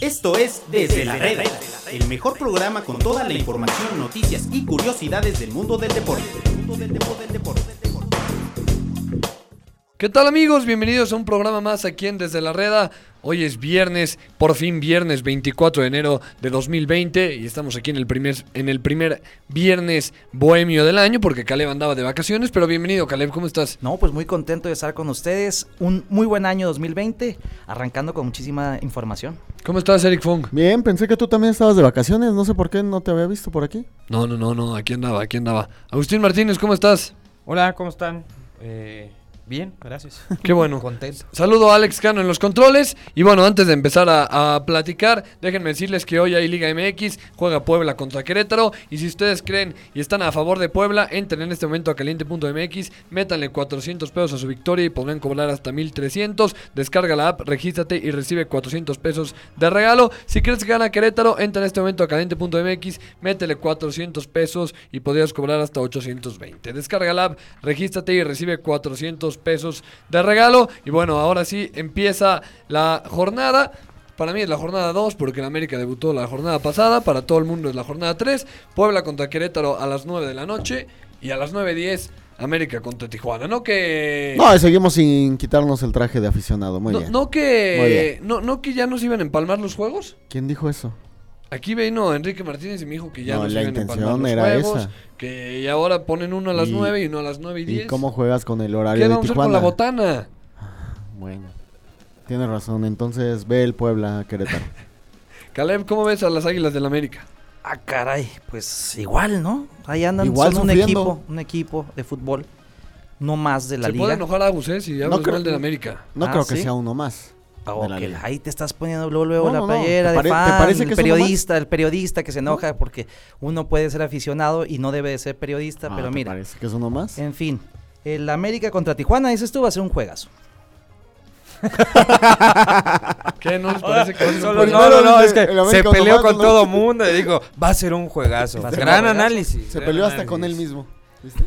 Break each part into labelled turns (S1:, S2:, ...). S1: Esto es Desde la Reda, el mejor programa con toda la información, noticias y curiosidades del mundo del deporte.
S2: ¿Qué tal amigos? Bienvenidos a un programa más aquí en Desde la Reda. Hoy es viernes, por fin viernes 24 de enero de 2020 y estamos aquí en el primer, en el primer viernes bohemio del año porque Caleb andaba de vacaciones, pero bienvenido Caleb, ¿cómo estás?
S3: No, pues muy contento de estar con ustedes. Un muy buen año 2020, arrancando con muchísima información.
S2: ¿Cómo estás Eric Fong?
S4: Bien, pensé que tú también estabas de vacaciones, no sé por qué no te había visto por aquí.
S2: No, no, no, no, aquí andaba, aquí andaba. Agustín Martínez, ¿cómo estás?
S5: Hola, ¿cómo están? Eh, bien, gracias.
S2: Qué bueno.
S5: Contento.
S2: Saludo a Alex Cano en los controles. Y bueno, antes de empezar a, a platicar, déjenme decirles que hoy hay Liga MX, juega Puebla contra Querétaro. Y si ustedes creen y están a favor de Puebla, entren en este momento a caliente.mx, métanle 400 pesos a su victoria y podrán cobrar hasta 1300. Descarga la app, regístrate y recibe 400 pesos de regalo. Si crees que gana Querétaro, entra en este momento a caliente.mx, métele 400 pesos y podrías cobrar hasta 820. Descarga la app, regístrate y recibe 400 pesos de regalo. Y bueno, ahora sí empieza la jornada. Para mí es la jornada 2 porque en América debutó la jornada pasada. Para todo el mundo es la jornada 3. Puebla contra Querétaro a las 9 de la noche. Y a las 9.10 América contra Tijuana. No que...
S4: No, y seguimos sin quitarnos el traje de aficionado, muy
S2: Eh. no,
S4: bien.
S2: no
S4: Muy
S2: que...
S4: bien.
S2: No, no que ya nos iban a empalmar los juegos.
S4: ¿Quién dijo eso?
S2: Aquí vino Enrique Martínez y me dijo que ya
S4: No,
S2: nos
S4: la
S2: iban a empalmar
S4: intención
S2: los
S4: era
S2: juegos.
S4: esa.
S2: Que y ahora ponen uno a las
S4: Y-
S2: 9 y uno a las 9 y 10.
S4: ¿Y cómo juegas con el
S2: ¿Qué
S4: horario de
S2: vamos a hacer con la
S4: Tijuana?
S2: botana?
S4: Bueno, tienes razón, entonces ve el Puebla Querétaro.
S2: Caleb, ¿cómo ves a las Águilas del América?
S3: Ah, caray, pues igual, ¿no? Ahí andan,
S4: Igual
S3: son un
S4: sufriendo.
S3: equipo, un equipo de fútbol, no más de la
S2: Se
S3: liga.
S2: puede enojar a Agus, ¿eh? Si hablas
S4: creo-
S2: mal del América.
S4: No
S3: Ah,
S4: creo que
S3: ¿sí?
S4: sea uno más.
S3: Ah,
S4: de la
S3: ok,
S4: liga.
S3: Ahí te estás poniendo luego, luego
S4: No,
S3: la
S4: no, no.
S3: playera
S4: ¿Te
S3: de
S4: pare- te
S3: fan,
S4: parece
S3: el
S4: que es uno más?
S3: periodista, el periodista que se enoja porque uno puede ser aficionado y no debe de ser periodista,
S4: Ah,
S3: pero
S4: ¿te
S3: mira,
S4: Parece que es uno más.
S3: en fin, el América contra Tijuana, dices tú, va a ser un juegazo.
S2: ¿Qué no les parece que va a ser un
S5: Solo-
S2: juego?
S5: no, no, no,
S4: Primero
S5: es que
S4: el- el
S5: se
S4: América
S5: peleó
S4: automático,
S5: con
S4: ¿no?
S5: todo mundo y dijo, va a ser un juegazo.
S3: Va a ser
S5: Gran
S3: un juegazo.
S5: análisis.
S4: Se
S5: gran
S4: peleó hasta con él
S5: análisis.
S4: mismo. ¿Viste?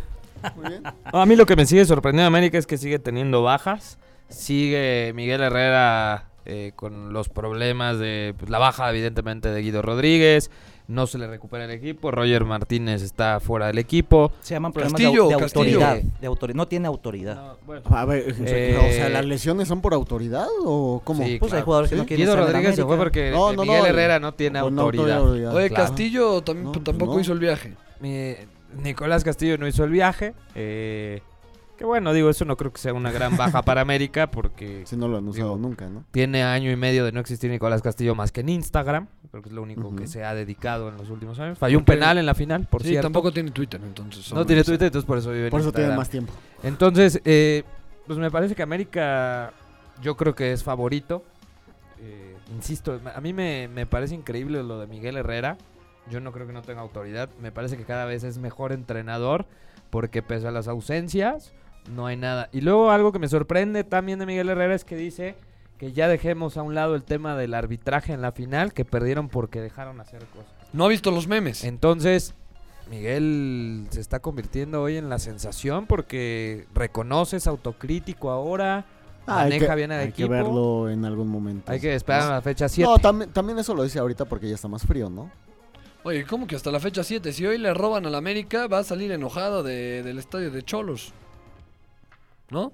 S4: Muy bien.
S5: No, a mí lo que me sigue sorprendiendo de América es que sigue teniendo bajas. Sigue Miguel Herrera eh, con los problemas de pues, la baja, evidentemente, de Guido Rodríguez. No se le recupera el equipo. Roger Martínez está fuera del equipo.
S3: Se llaman problemas de
S2: Castillo,
S3: au- de,
S2: Castillo.
S3: autoridad, de autori- no tiene autoridad.
S4: A ver,
S5: Eh,
S4: o sea, ¿las lesiones son por autoridad o cómo?
S5: Sí,
S3: Pues hay jugadores que no quieren
S5: Guido
S3: estar en
S5: Rodríguez se
S3: América.
S5: fue porque
S4: No, no,
S5: eh,
S4: no,
S5: Miguel
S4: el-
S5: Herrera no tiene
S4: Con
S5: autoridad.
S2: Oye,
S5: Claro.
S2: Castillo también,
S4: No,
S2: pues,
S4: pues
S2: tampoco
S4: no.
S2: hizo el viaje.
S5: Eh, Nicolás Castillo no hizo el viaje. eh, que bueno, digo, eso no creo que sea una gran baja para América porque
S4: Si no lo han usado
S5: Digo,
S4: nunca, ¿no?
S5: tiene año y medio de no existir Nicolás Castillo más que en Instagram. Creo que es lo único
S4: Ujú.
S5: que se ha dedicado en los últimos años. Falló un
S2: Porque-
S5: penal en la final, por
S2: sí,
S5: cierto.
S2: tampoco tiene Twitter, entonces.
S5: No tiene Twitter, entonces por eso vive en
S4: Por eso tienen
S5: Instagram.
S4: más tiempo.
S5: Entonces, eh, pues me parece que América yo creo que es favorito. Eh, insisto, a mí me, me parece increíble lo de Miguel Herrera. Yo no creo que no tenga autoridad. Me parece que cada vez es mejor entrenador porque pese a las ausencias, no hay nada. Y luego algo que me sorprende también de Miguel Herrera es que dice que ya dejemos a un lado el tema del arbitraje en la final, que perdieron porque dejaron hacer cosas.
S2: No ha visto los memes.
S5: Entonces, Miguel se está convirtiendo hoy en la sensación porque reconoces autocrítico ahora,
S4: Ah, hay
S5: maneja
S4: que-
S5: bien al
S4: hay
S5: equipo.
S4: que verlo en algún momento.
S5: Hay que esperar a la fecha 7.
S4: No, también, también eso lo dice ahorita porque ya está más frío, ¿no?
S2: Oye, ¿cómo que hasta la fecha 7? Si hoy le roban al América, va a salir enojado de- del estadio de Cholos. ¿No?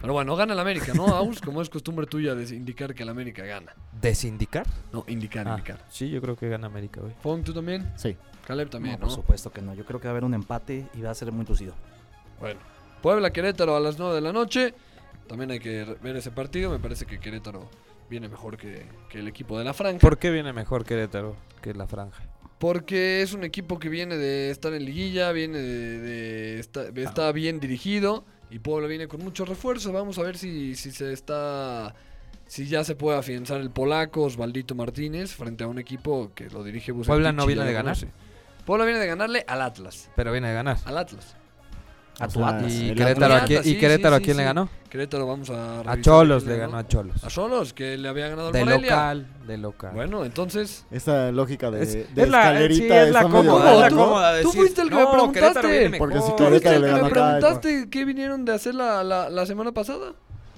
S2: Pero bueno, gana el América, ¿no, Aus? Como es costumbre tuya de indicar que el América gana.
S5: ¿Desindicar? Ah,
S2: No, indicar, indicar.
S5: sí, yo creo que gana América hoy.
S2: Fong, tú también.
S4: Sí.
S2: Caleb también,
S3: no,
S2: ¿no?
S3: por supuesto que no. Yo creo que va a haber un empate y va a ser muy lucido.
S2: Bueno, Puebla Querétaro a las 9 de la noche. También hay que ver ese partido. Me parece que Querétaro viene mejor que, que el equipo de la Franja.
S5: ¿Por qué viene mejor Querétaro que la franja?
S2: Porque es un equipo que viene de estar en liguilla, viene de, de- está,
S5: Ah.
S2: está bien dirigido y Puebla viene con muchos refuerzos. Vamos a ver si, si se está si ya se puede afianzar el polaco Osvaldito Martínez frente a un equipo que lo dirige Bucetich.
S4: Pues
S5: Puebla no
S2: y
S5: viene
S2: ya
S5: de
S2: lo
S5: ganar.
S2: conoce. Puebla viene de ganarle al Atlas,
S5: Pero viene de ganar.
S2: al Atlas.
S3: A
S4: O
S3: tu
S4: sea,
S3: Atlas.
S5: ¿Y
S4: Ah, el
S5: Querétaro, a
S2: Atlas,
S5: quién,
S2: Ah, sí,
S5: y Querétaro
S2: sí,
S5: a quién
S2: sí,
S5: le
S2: sí.
S5: ganó?
S2: Querétaro vamos a
S5: A
S2: revisar
S5: Cholos
S2: quién
S5: le ganó a
S2: A
S5: Cholos.
S2: Solos que le había ganado al
S5: De
S2: Morelia.
S5: local, de local.
S2: Bueno, entonces
S4: Esa lógica de,
S5: Es-
S4: de
S5: es la-
S4: escalerita
S5: sí, es la
S4: está medio
S5: cómoda,
S4: rara,
S2: es la
S4: ¿no?
S5: cómoda.
S2: Tú
S5: decir,
S2: fuiste el que me
S5: "No,
S2: preguntaste".
S5: Querétaro viene
S4: Porque
S5: mejor".
S4: si
S2: ¿Tú fuiste
S4: Querétaro
S2: el
S4: le
S2: que
S4: ganó
S2: me
S4: a Caico.
S2: preguntaste qué vinieron de hacer la, la, la semana pasada?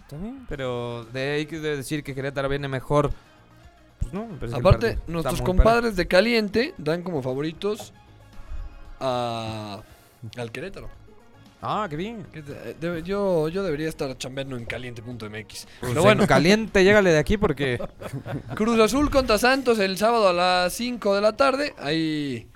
S5: También, pero de ahí que de decir que Querétaro viene mejor, pues, pues no, me parece que el
S2: Aparte,
S5: partido está
S2: nuestros
S5: muy
S2: compadres de Caliente dan como favoritos a, al Querétaro.
S5: parejo. Ah, qué bien.
S2: Que de- eh, debe- yo, yo debería estar chambeando en caliente.mx.
S5: Pues
S2: Pero bueno,
S5: en caliente, llégale de aquí porque
S2: Cruz Azul contra Santos el sábado a las 5 de la tarde. Ahí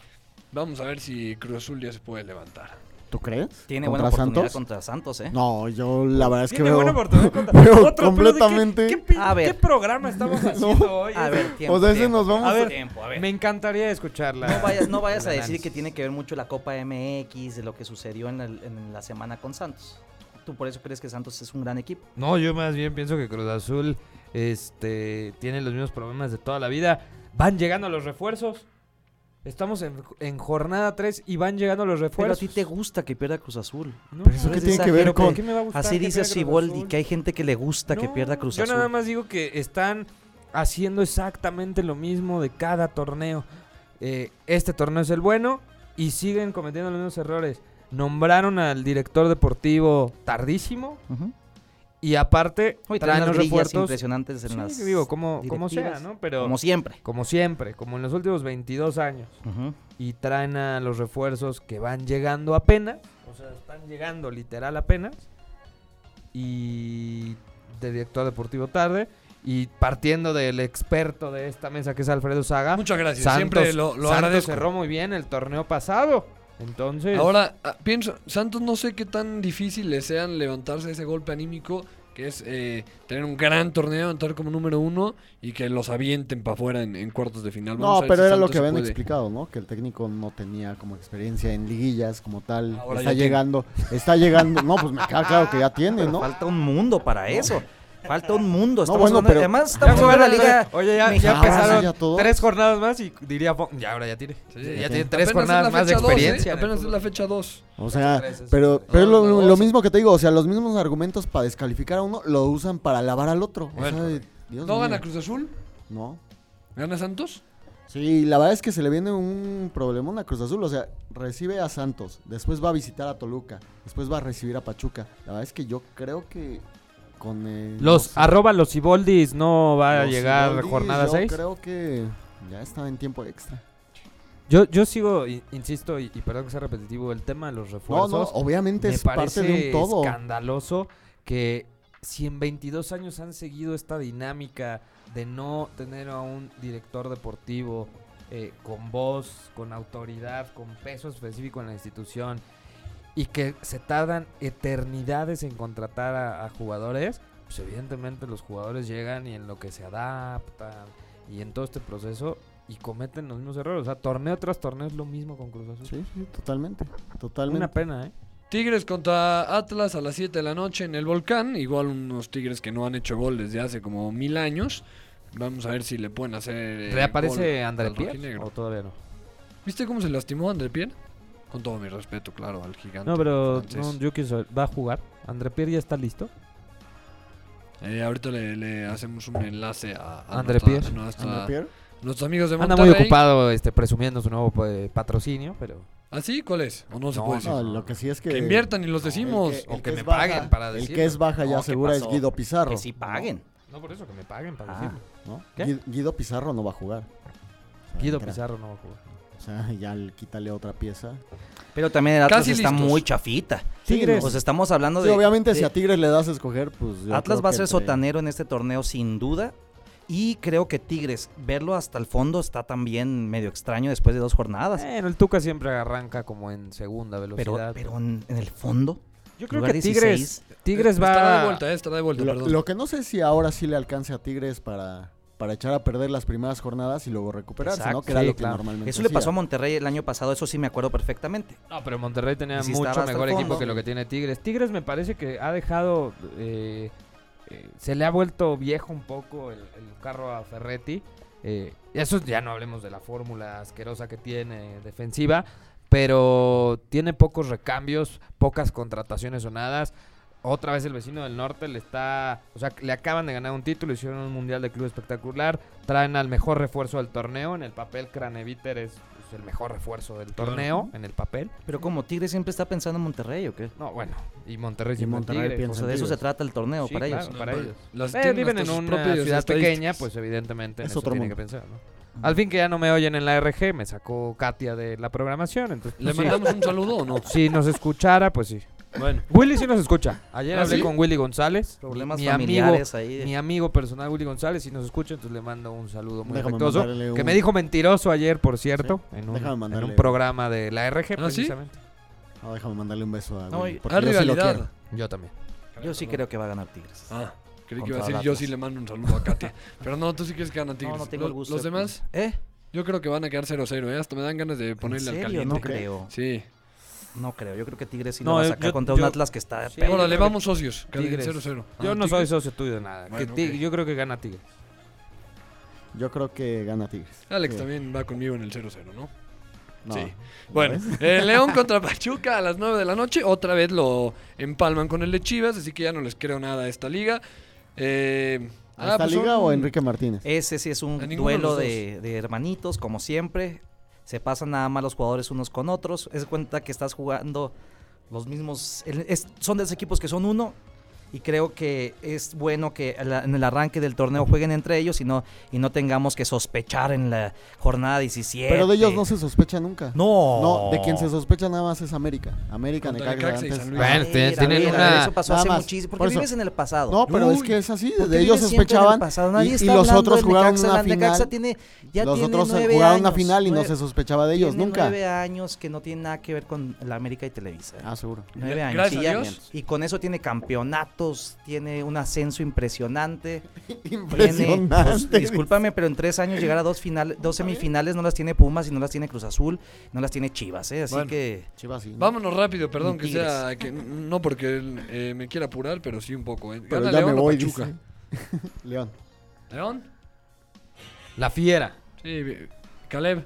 S2: vamos a ver si Cruz Azul ya se puede levantar.
S4: ¿Tú crees?
S3: Tiene
S4: ¿Contra
S3: buena oportunidad
S4: Santos?
S3: contra Santos, ¿eh?
S4: No, yo la verdad es que
S5: tiene
S4: veo.
S5: buena oportunidad contra
S4: veo
S5: otro, pero ¿de qué-
S4: completamente-
S5: ¿qué, pin-
S3: A ver.
S5: qué programa estamos haciendo hoy?
S3: A ver, tiempo.
S4: O sea, ese
S3: tiempo,
S4: nos vamos
S3: tiempo,
S5: a ver.
S3: tiempo, a ver.
S5: Me encantaría escucharla.
S3: No vayas, no vayas a decir que tiene que ver mucho la Copa MX, de lo que sucedió en, el- en la semana con Santos. ¿Tú por eso crees que Santos es un gran equipo?
S5: No, yo más bien pienso que Cruz Azul este, tiene los mismos problemas de toda la vida. Van llegando los refuerzos. Estamos en, en jornada 3 y van llegando los
S3: Pero a
S5: refuerzos.
S3: ti te gusta que pierda Cruz Azul.
S5: No,
S4: Pero eso
S5: no
S4: qué
S5: es
S4: tiene
S5: esa-
S4: que ver
S5: pero ¿por
S4: con-
S5: qué me va a gustar
S3: Así
S5: que
S3: dice
S5: pierda Cruz
S3: Siboldi,
S5: Azul?
S3: que hay gente que le gusta que
S5: No,
S3: pierda Cruz
S5: yo
S3: Azul.
S5: nada más digo que están haciendo exactamente lo mismo de cada torneo. Eh, este torneo es el bueno y siguen cometiendo los mismos errores. Nombraron al director deportivo tardísimo
S3: Ujú.
S5: y aparte
S3: Oye, traen
S5: traen
S3: unas
S5: los
S3: grillas
S5: refuerzos.
S3: impresionantes en
S5: Sí,
S3: las
S5: digo, como, como sea,
S3: directivas,
S5: ¿no? Pero
S3: como siempre.
S5: como siempre, como en los últimos 22 años.
S3: Ujú.
S5: Y traen a los refuerzos que van llegando apenas. O sea, están llegando literal apenas. Y de director deportivo tarde. Y partiendo del experto de esta mesa que es Alfredo Saga.
S2: Muchas gracias,
S5: Ah, Santos-
S2: siempre lo, lo
S5: Santos
S2: agradezco.
S5: cerró muy bien el torneo pasado. Entonces,
S2: Ahora, ah, pienso, Santos no sé qué tan difícil le sean levantarse ese golpe anímico, que es eh, tener un gran torneo, entrar como número uno y que los avienten para afuera en, en cuartos de final. Vamos
S4: No,
S2: a ver
S4: pero
S2: si
S4: era lo
S2: Santos
S4: que habían
S2: puede.
S4: explicado, ¿no? Que el técnico no tenía como experiencia en liguillas como tal.
S2: Ahora
S4: está
S2: ya tiene.
S4: llegando, está llegando. No, pues me queda claro que ya tiene, ¿no?
S3: Falta un mundo para eso. Falta un mundo. Estamos
S4: bueno,
S3: hablando-
S4: pero-
S3: Además,
S5: Ya
S3: estamos en la
S5: jugaron-
S3: liga.
S5: Oye, ya, ya
S3: mexicana.
S5: empezaron
S4: Ya todo.
S5: tres jornadas más y diría, Fo- ya ahora ya tiene.
S2: Sí,
S5: ya
S2: ya
S5: tiene
S4: tiene.
S2: Apenas
S5: tres
S2: es la
S5: jornadas más de
S2: fecha dos, ¿eh?
S5: experiencia. en el
S2: Apenas es
S5: fútbol.
S2: la fecha 2.
S4: O sea,
S5: Tres, es-
S4: pero,
S5: Ah,
S4: pero lo,
S5: no,
S4: lo
S5: dos.
S4: mismo que te digo, o sea, los mismos argumentos para descalificar a uno lo usan para alabar al otro. O
S2: Bueno,
S4: sea,
S2: correcto.
S4: Dios
S2: ¿No
S4: mío.
S2: gana Cruz Azul?
S4: No.
S2: ¿Gana Santos?
S4: Sí, la verdad es que se le viene un problemón a Cruz Azul. O sea, recibe a Santos, después va a visitar a Toluca, después va a recibir a Pachuca. La verdad es que yo creo que con. eh,
S5: Los
S4: no sé,
S5: arroba los Iboldis no va a
S4: los
S5: llegar
S4: Iboldis,
S5: jornada
S4: yo
S5: 6.
S4: Creo que ya está en tiempo extra.
S5: Yo, yo sigo, i- insisto, y, y perdón que sea repetitivo, el tema de los
S4: No,
S5: refuerzos.
S4: no, obviamente
S5: me
S4: es parte de un
S5: parece
S4: todo.
S5: escandaloso que si en 22 años han seguido esta dinámica de no tener a un director deportivo eh, con voz, con autoridad, con peso específico en la institución y que se tardan eternidades en contratar a, a jugadores, pues evidentemente los jugadores llegan y en lo que se adaptan y en todo este proceso y cometen los mismos errores. O sea, torneo tras torneo es lo mismo con Cruz Azul.
S4: Sí, sí, totalmente. Totalmente.
S5: Una pena, ¿eh?
S2: Tigres contra Atlas a las 7 de la noche en el Volcán. Igual unos Tigres que no han hecho gol desde hace como mil años. Vamos a ver si le pueden hacer. eh, gol
S5: ¿Reaparece
S2: al
S5: André Pierre?
S2: rojinegro.
S5: ¿O todavía no?
S2: ¿Viste cómo se lastimó André Pierre? Con todo mi respeto, claro, al gigante.
S5: No, pero
S2: francés.
S5: no, yo quiero saber, ¿va a jugar? ¿André Pierre ya está listo?
S2: Eh, ahorita le, le hacemos un enlace a, a
S5: André
S2: nuestra-
S5: Pierre.
S2: nuestra-
S4: André Pierre.
S2: nuestros amigos de
S5: Anda
S2: Monterrey.
S5: muy ocupado este, presumiendo su nuevo eh, patrocinio, pero...
S2: ¿Ah, sí? ¿Cuál es? ¿O no, se
S5: No,
S2: puede decir?
S4: No, lo que sí es que.
S2: que inviertan y los
S4: No, el que-
S2: decimos.
S4: el
S5: o que
S4: es
S5: me paguen
S4: baja-
S5: para
S4: El
S5: decirlo.
S4: que es baja ya
S3: No, ¿qué
S4: segura es
S3: pasó?
S4: Guido Pizarro.
S3: Que sí paguen.
S5: No, por eso, que me paguen para
S3: Ah.
S5: decirlo.
S4: ¿no?
S5: ¿Qué? Pues
S4: Guido, Guido Pizarro no va a jugar. O sea,
S5: Guido
S4: entra.
S5: Pizarro no va a jugar.
S4: O sea, ya le- quítale otra pieza.
S3: Pero también el Atlas
S2: Casi
S3: está
S2: listos.
S3: muy chafita.
S4: Sí,
S5: Tigres.
S4: no.
S3: Pues estamos hablando
S4: Sí,
S3: de.
S4: obviamente,
S3: de-
S4: si a Tigres le das a escoger, pues. yo
S3: Atlas
S4: creo
S3: va a
S4: que
S3: ser
S4: entre-
S3: sotanero en este torneo, sin duda. Y creo que Tigres, verlo hasta el fondo está también medio extraño después de dos
S4: Eh,
S3: jornadas.
S5: Bueno, el Tuca siempre arranca como en segunda
S3: pero
S5: velocidad.
S3: pero en, en el fondo.
S5: yo creo
S3: lugar
S5: que Tigres,
S3: 16.
S5: Tigres
S2: Estará de
S5: va...
S2: vuelta, eh, estará de vuelta,
S4: Lo,
S2: perdón.
S4: lo que no sé si ahora sí le alcance a Tigres para, para echar a perder las primeras jornadas y luego recuperarse,
S3: Exacto,
S4: ¿no? Que era
S5: sí,
S4: lo que
S5: claro.
S4: normalmente.
S3: Eso le pasó a
S4: hacía.
S3: Monterrey el año pasado, eso sí me acuerdo perfectamente.
S5: No, pero Monterrey tenía
S3: Y si estaba
S5: mucho
S3: hasta el
S5: mejor equipo
S3: fondo.
S5: que lo que tiene Tigres. Tigres me parece que ha dejado... eh, eh, se le ha vuelto viejo un poco el, el carro a Ferretti. Eh, eso ya no hablemos de la fórmula asquerosa que tiene defensiva, pero tiene pocos recambios, pocas contrataciones sonadas. Otra vez el vecino del norte le está, o sea, le acaban de ganar un título, hicieron un mundial de club espectacular, traen al mejor refuerzo del torneo, en el papel Craneviter es pues, el mejor refuerzo del torneo en el papel.
S3: Pero como Tigre siempre está pensando en Monterrey, ¿o qué?
S5: No, bueno, y Monterrey
S4: Y
S5: siempre
S4: Monterrey
S5: Tigres.
S4: piensa
S3: O sea, de eso se trata el torneo
S5: Sí,
S3: para
S5: claro,
S3: ellos.
S5: para
S2: No,
S5: ellos.
S2: Las
S5: Eh,
S2: tienen
S5: viven
S2: hasta
S5: en
S2: sus
S5: una
S2: propias
S5: ciudad pequeña,
S2: estadísticas.
S5: pues evidentemente en
S4: Es
S5: eso
S4: otro
S5: tiene
S4: mundo.
S5: que pensar, ¿no? Al fin que ya no me oyen en la RG, me sacó Katia de la programación, entonces
S2: ¿Le
S5: pues, sí.
S2: mandamos un saludo o no?
S5: si nos escuchara, pues sí.
S2: Bueno,
S5: Willy sí nos escucha. Ayer
S2: ¿Ah,
S5: hablé
S2: sí?
S5: con Willy González,
S3: Problemas
S5: mi amigo,
S3: familiares ahí.
S5: mi amigo personal Willy González, si nos escucha, entonces le mando un saludo muy
S4: Déjame
S5: afectuoso.
S4: mandarle
S5: Que
S4: un-
S5: me dijo mentiroso ayer, por cierto, en, un,
S4: déjame
S5: en un
S4: mandarle-
S5: programa de la RG,
S2: ¿Ah, sí?
S5: precisamente.
S4: No, Ah, déjame mandarle un beso a
S3: No,
S4: Willy,
S3: y-
S4: porque
S2: ah,
S4: yo sí lo
S2: rivalidad.
S4: quiero.
S5: Yo también.
S3: Yo sí creo que va a ganar Tigres.
S2: Ah, creí que
S3: Contra
S2: iba a decir
S3: el
S2: yo
S3: Atlas.
S2: sí le mando un saludo a Katia. Pero no, tú sí crees que gana Tigres.
S3: No, no tengo
S2: Lo-
S3: el gusto.
S2: Los
S3: de-
S2: demás,
S3: ¿Eh?
S2: yo creo que van a quedar 0-0, ¿eh? Hasta me dan ganas de
S3: ¿En
S2: ponerle al
S3: serio?
S2: caliente.
S3: No creo.
S2: Sí.
S3: No creo. Yo creo que Tigres sí
S5: No,
S3: lo va a
S5: eh,
S3: sacar
S5: yo-
S3: contra un
S5: yo-
S3: Atlas que está...
S5: Sí,
S3: peor.
S5: yo
S2: Órale,
S5: creo que-
S2: vamos socios. Cali-
S5: Tigres.
S2: 0-0.
S5: Yo
S2: Ah,
S5: no
S2: Tigres.
S5: soy socio tuyo de nada.
S2: Bueno,
S5: Que Tig-
S2: ok.
S5: Yo creo que gana Tigres.
S4: Yo creo que gana Tigres.
S2: Alex
S4: Sí.
S2: también va conmigo en el 0-0, ¿no?
S4: No.
S2: Sí. Bueno, eh, León contra Pachuca a las 9 de la noche. Otra vez lo empalman con el de Chivas, así que ya no les creo nada a esta liga. Eh,
S4: ¿A esta
S2: ah, pues
S4: liga
S2: son-
S4: o Enrique Martínez?
S3: Ese sí es un
S2: A ninguno de los
S3: duelo de, de hermanitos, como siempre. Se pasan nada más los jugadores unos con otros. Es cuenta que estás jugando los mismos. el- es- son de esos equipos que son uno. Y creo que es bueno que a la- en el arranque del torneo jueguen entre ellos y no, y no tengamos que sospechar en la jornada 17.
S4: Pero de ellos no se sospecha nunca.
S3: No.
S4: Este. No, de quien se sospecha nada más es América. América,
S2: Contra
S4: Necaxa,
S2: Necaxa y
S4: antes-
S2: San Luis.
S3: A
S5: Bueno,
S3: ver,
S5: tienen-
S3: a
S5: tienen
S3: ver,
S5: una-
S3: Eso pasó
S4: Nada
S3: hace
S4: más,
S3: muchísimo.
S4: por
S3: Porque
S4: eso.
S3: vives en el pasado.
S4: No, pero
S2: Uy.
S4: es que es así.
S3: Porque
S4: De ellos
S3: vives siempre en el
S4: sospechaban.
S3: pasado.
S4: y-
S3: Nadie
S4: Y,
S3: está
S4: los
S3: hablando
S4: otros
S3: del
S4: jugaron
S3: Necaxa.
S4: una
S3: El Necaxa
S4: final.
S3: tiene- ya
S4: Los
S3: tiene
S4: otros eh,
S3: nueve
S4: jugaron una
S3: años,
S4: final y no
S3: nueve-
S4: se sospechaba de ellos
S3: Tiene
S4: nunca.
S3: nueve años que no tiene nada que ver con la América y Televisa.
S4: Ah, seguro.
S3: Nueve
S2: Gra-
S3: años.
S2: gracias
S3: y, ya-
S2: a Dios.
S3: y con eso tiene campeonatos, tiene un ascenso impresionante. Tiene, pues,
S4: Impresionante.
S3: discúlpame, pero en tres años llegar a dos finales, dos semifinales no las tiene Pumas y no las tiene Cruz Azul, no las tiene Chivas, ¿eh? Así
S2: Bueno.
S3: que
S4: Chivas, sí, ¿no?
S2: Vámonos rápido, perdón que
S3: Tigres.
S2: sea. Que, no porque eh, me quiera apurar, pero sí un poco. ¿eh?
S4: Pero
S2: Gana
S4: ya
S2: León
S4: me
S2: o
S4: voy,
S2: Pachuca.
S4: dice. León.
S2: ¿León?
S5: La fiera.
S2: Sí, bien. Caleb.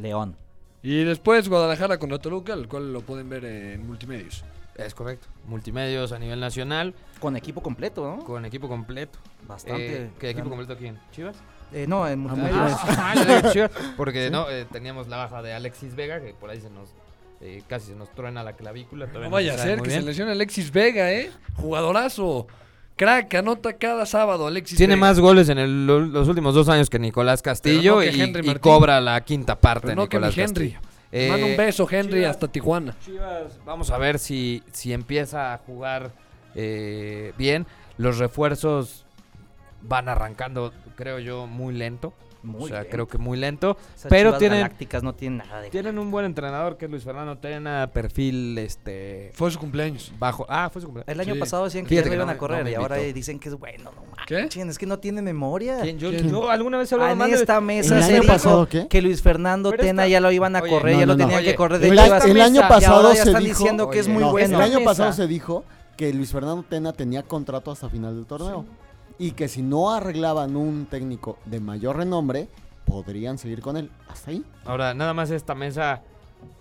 S3: León.
S2: Y después Guadalajara contra Toluca, el cual lo pueden ver en multimedios.
S5: Es correcto. Multimedios a nivel nacional,
S3: Con equipo completo, ¿no?
S5: con equipo completo.
S3: Bastante.
S5: Eh, ¿Qué equipo
S3: grande.
S5: completo quién? ¿Chivas?
S3: Eh, no, en multimedios.
S5: Ah, yo digo Chivas, Porque no, eh, teníamos la baja de Alexis Vega, que por ahí se nos eh, casi se nos truena la clavícula. todavía
S2: No vaya a
S5: se sabe
S2: ser
S5: muy
S2: que
S5: bien.
S2: se lesione Alexis Vega, ¿eh? Jugadorazo. Crack, anota cada sábado Alexis
S5: Tiene
S2: Vega.
S5: más goles en el- los últimos dos años que Nicolás Castillo
S2: que
S5: y-
S2: Henry
S5: y,
S2: Martín.
S5: cobra la quinta parte
S2: Pero
S5: de
S2: no que mi
S5: Nicolás
S2: Henry.
S5: Castillo.
S2: Te Manda un
S5: Eh,
S2: beso, Henry,
S5: Chivas.
S2: hasta Tijuana.
S5: Chivas, vamos a ver si, si empieza a jugar eh, bien. Los refuerzos van arrancando, creo yo, muy lento.
S3: Muy
S5: o sea,
S3: bien.
S5: creo que muy lento.
S3: Esas
S5: pero
S3: Chivas
S5: tienen-
S3: galácticas no tienen nada de.
S5: Tienen un buen entrenador que es Luis Fernando Tena, perfil este
S2: Fue su cumpleaños.
S5: bajo. Ah, fue su cumpleaños.
S3: El año
S2: Sí.
S3: pasado decían que
S5: Fíjate
S3: ya
S5: que
S3: lo iban
S5: no
S3: a
S5: me-
S3: correr
S5: no me
S3: y ahora
S5: invitó.
S3: dicen que es bueno. No
S2: ¿Qué?
S3: manchen, es que no tiene memoria.
S5: ¿Quién? Yo-
S2: ¿Quién?
S5: yo alguna vez hablaba
S3: En
S5: mal de-
S3: esta mesa
S4: ¿El
S3: se
S4: año
S3: dijo
S4: pasado qué?
S3: que Luis Fernando
S5: Pero
S3: Tena
S5: esta-
S3: ya lo iban a
S5: Oye,
S3: correr,
S5: no,
S3: ya
S5: no,
S3: lo
S5: no.
S3: tenían
S5: Oye,
S3: que correr de
S4: el,
S3: Chivas.
S4: el
S5: mesa.
S4: año
S5: Y
S3: y
S4: pasado
S3: ahora ya
S4: se
S3: están
S4: dijo.
S3: diciendo que es
S5: Oye,
S3: muy
S4: no,
S3: bueno.
S4: El año
S5: Mesa.
S4: pasado se dijo que Luis Fernando Tena tenía contrato hasta final del torneo. Y que si no arreglaban un técnico de mayor renombre, podrían seguir con él. Hasta ahí.
S5: Ahora, nada más esta mesa,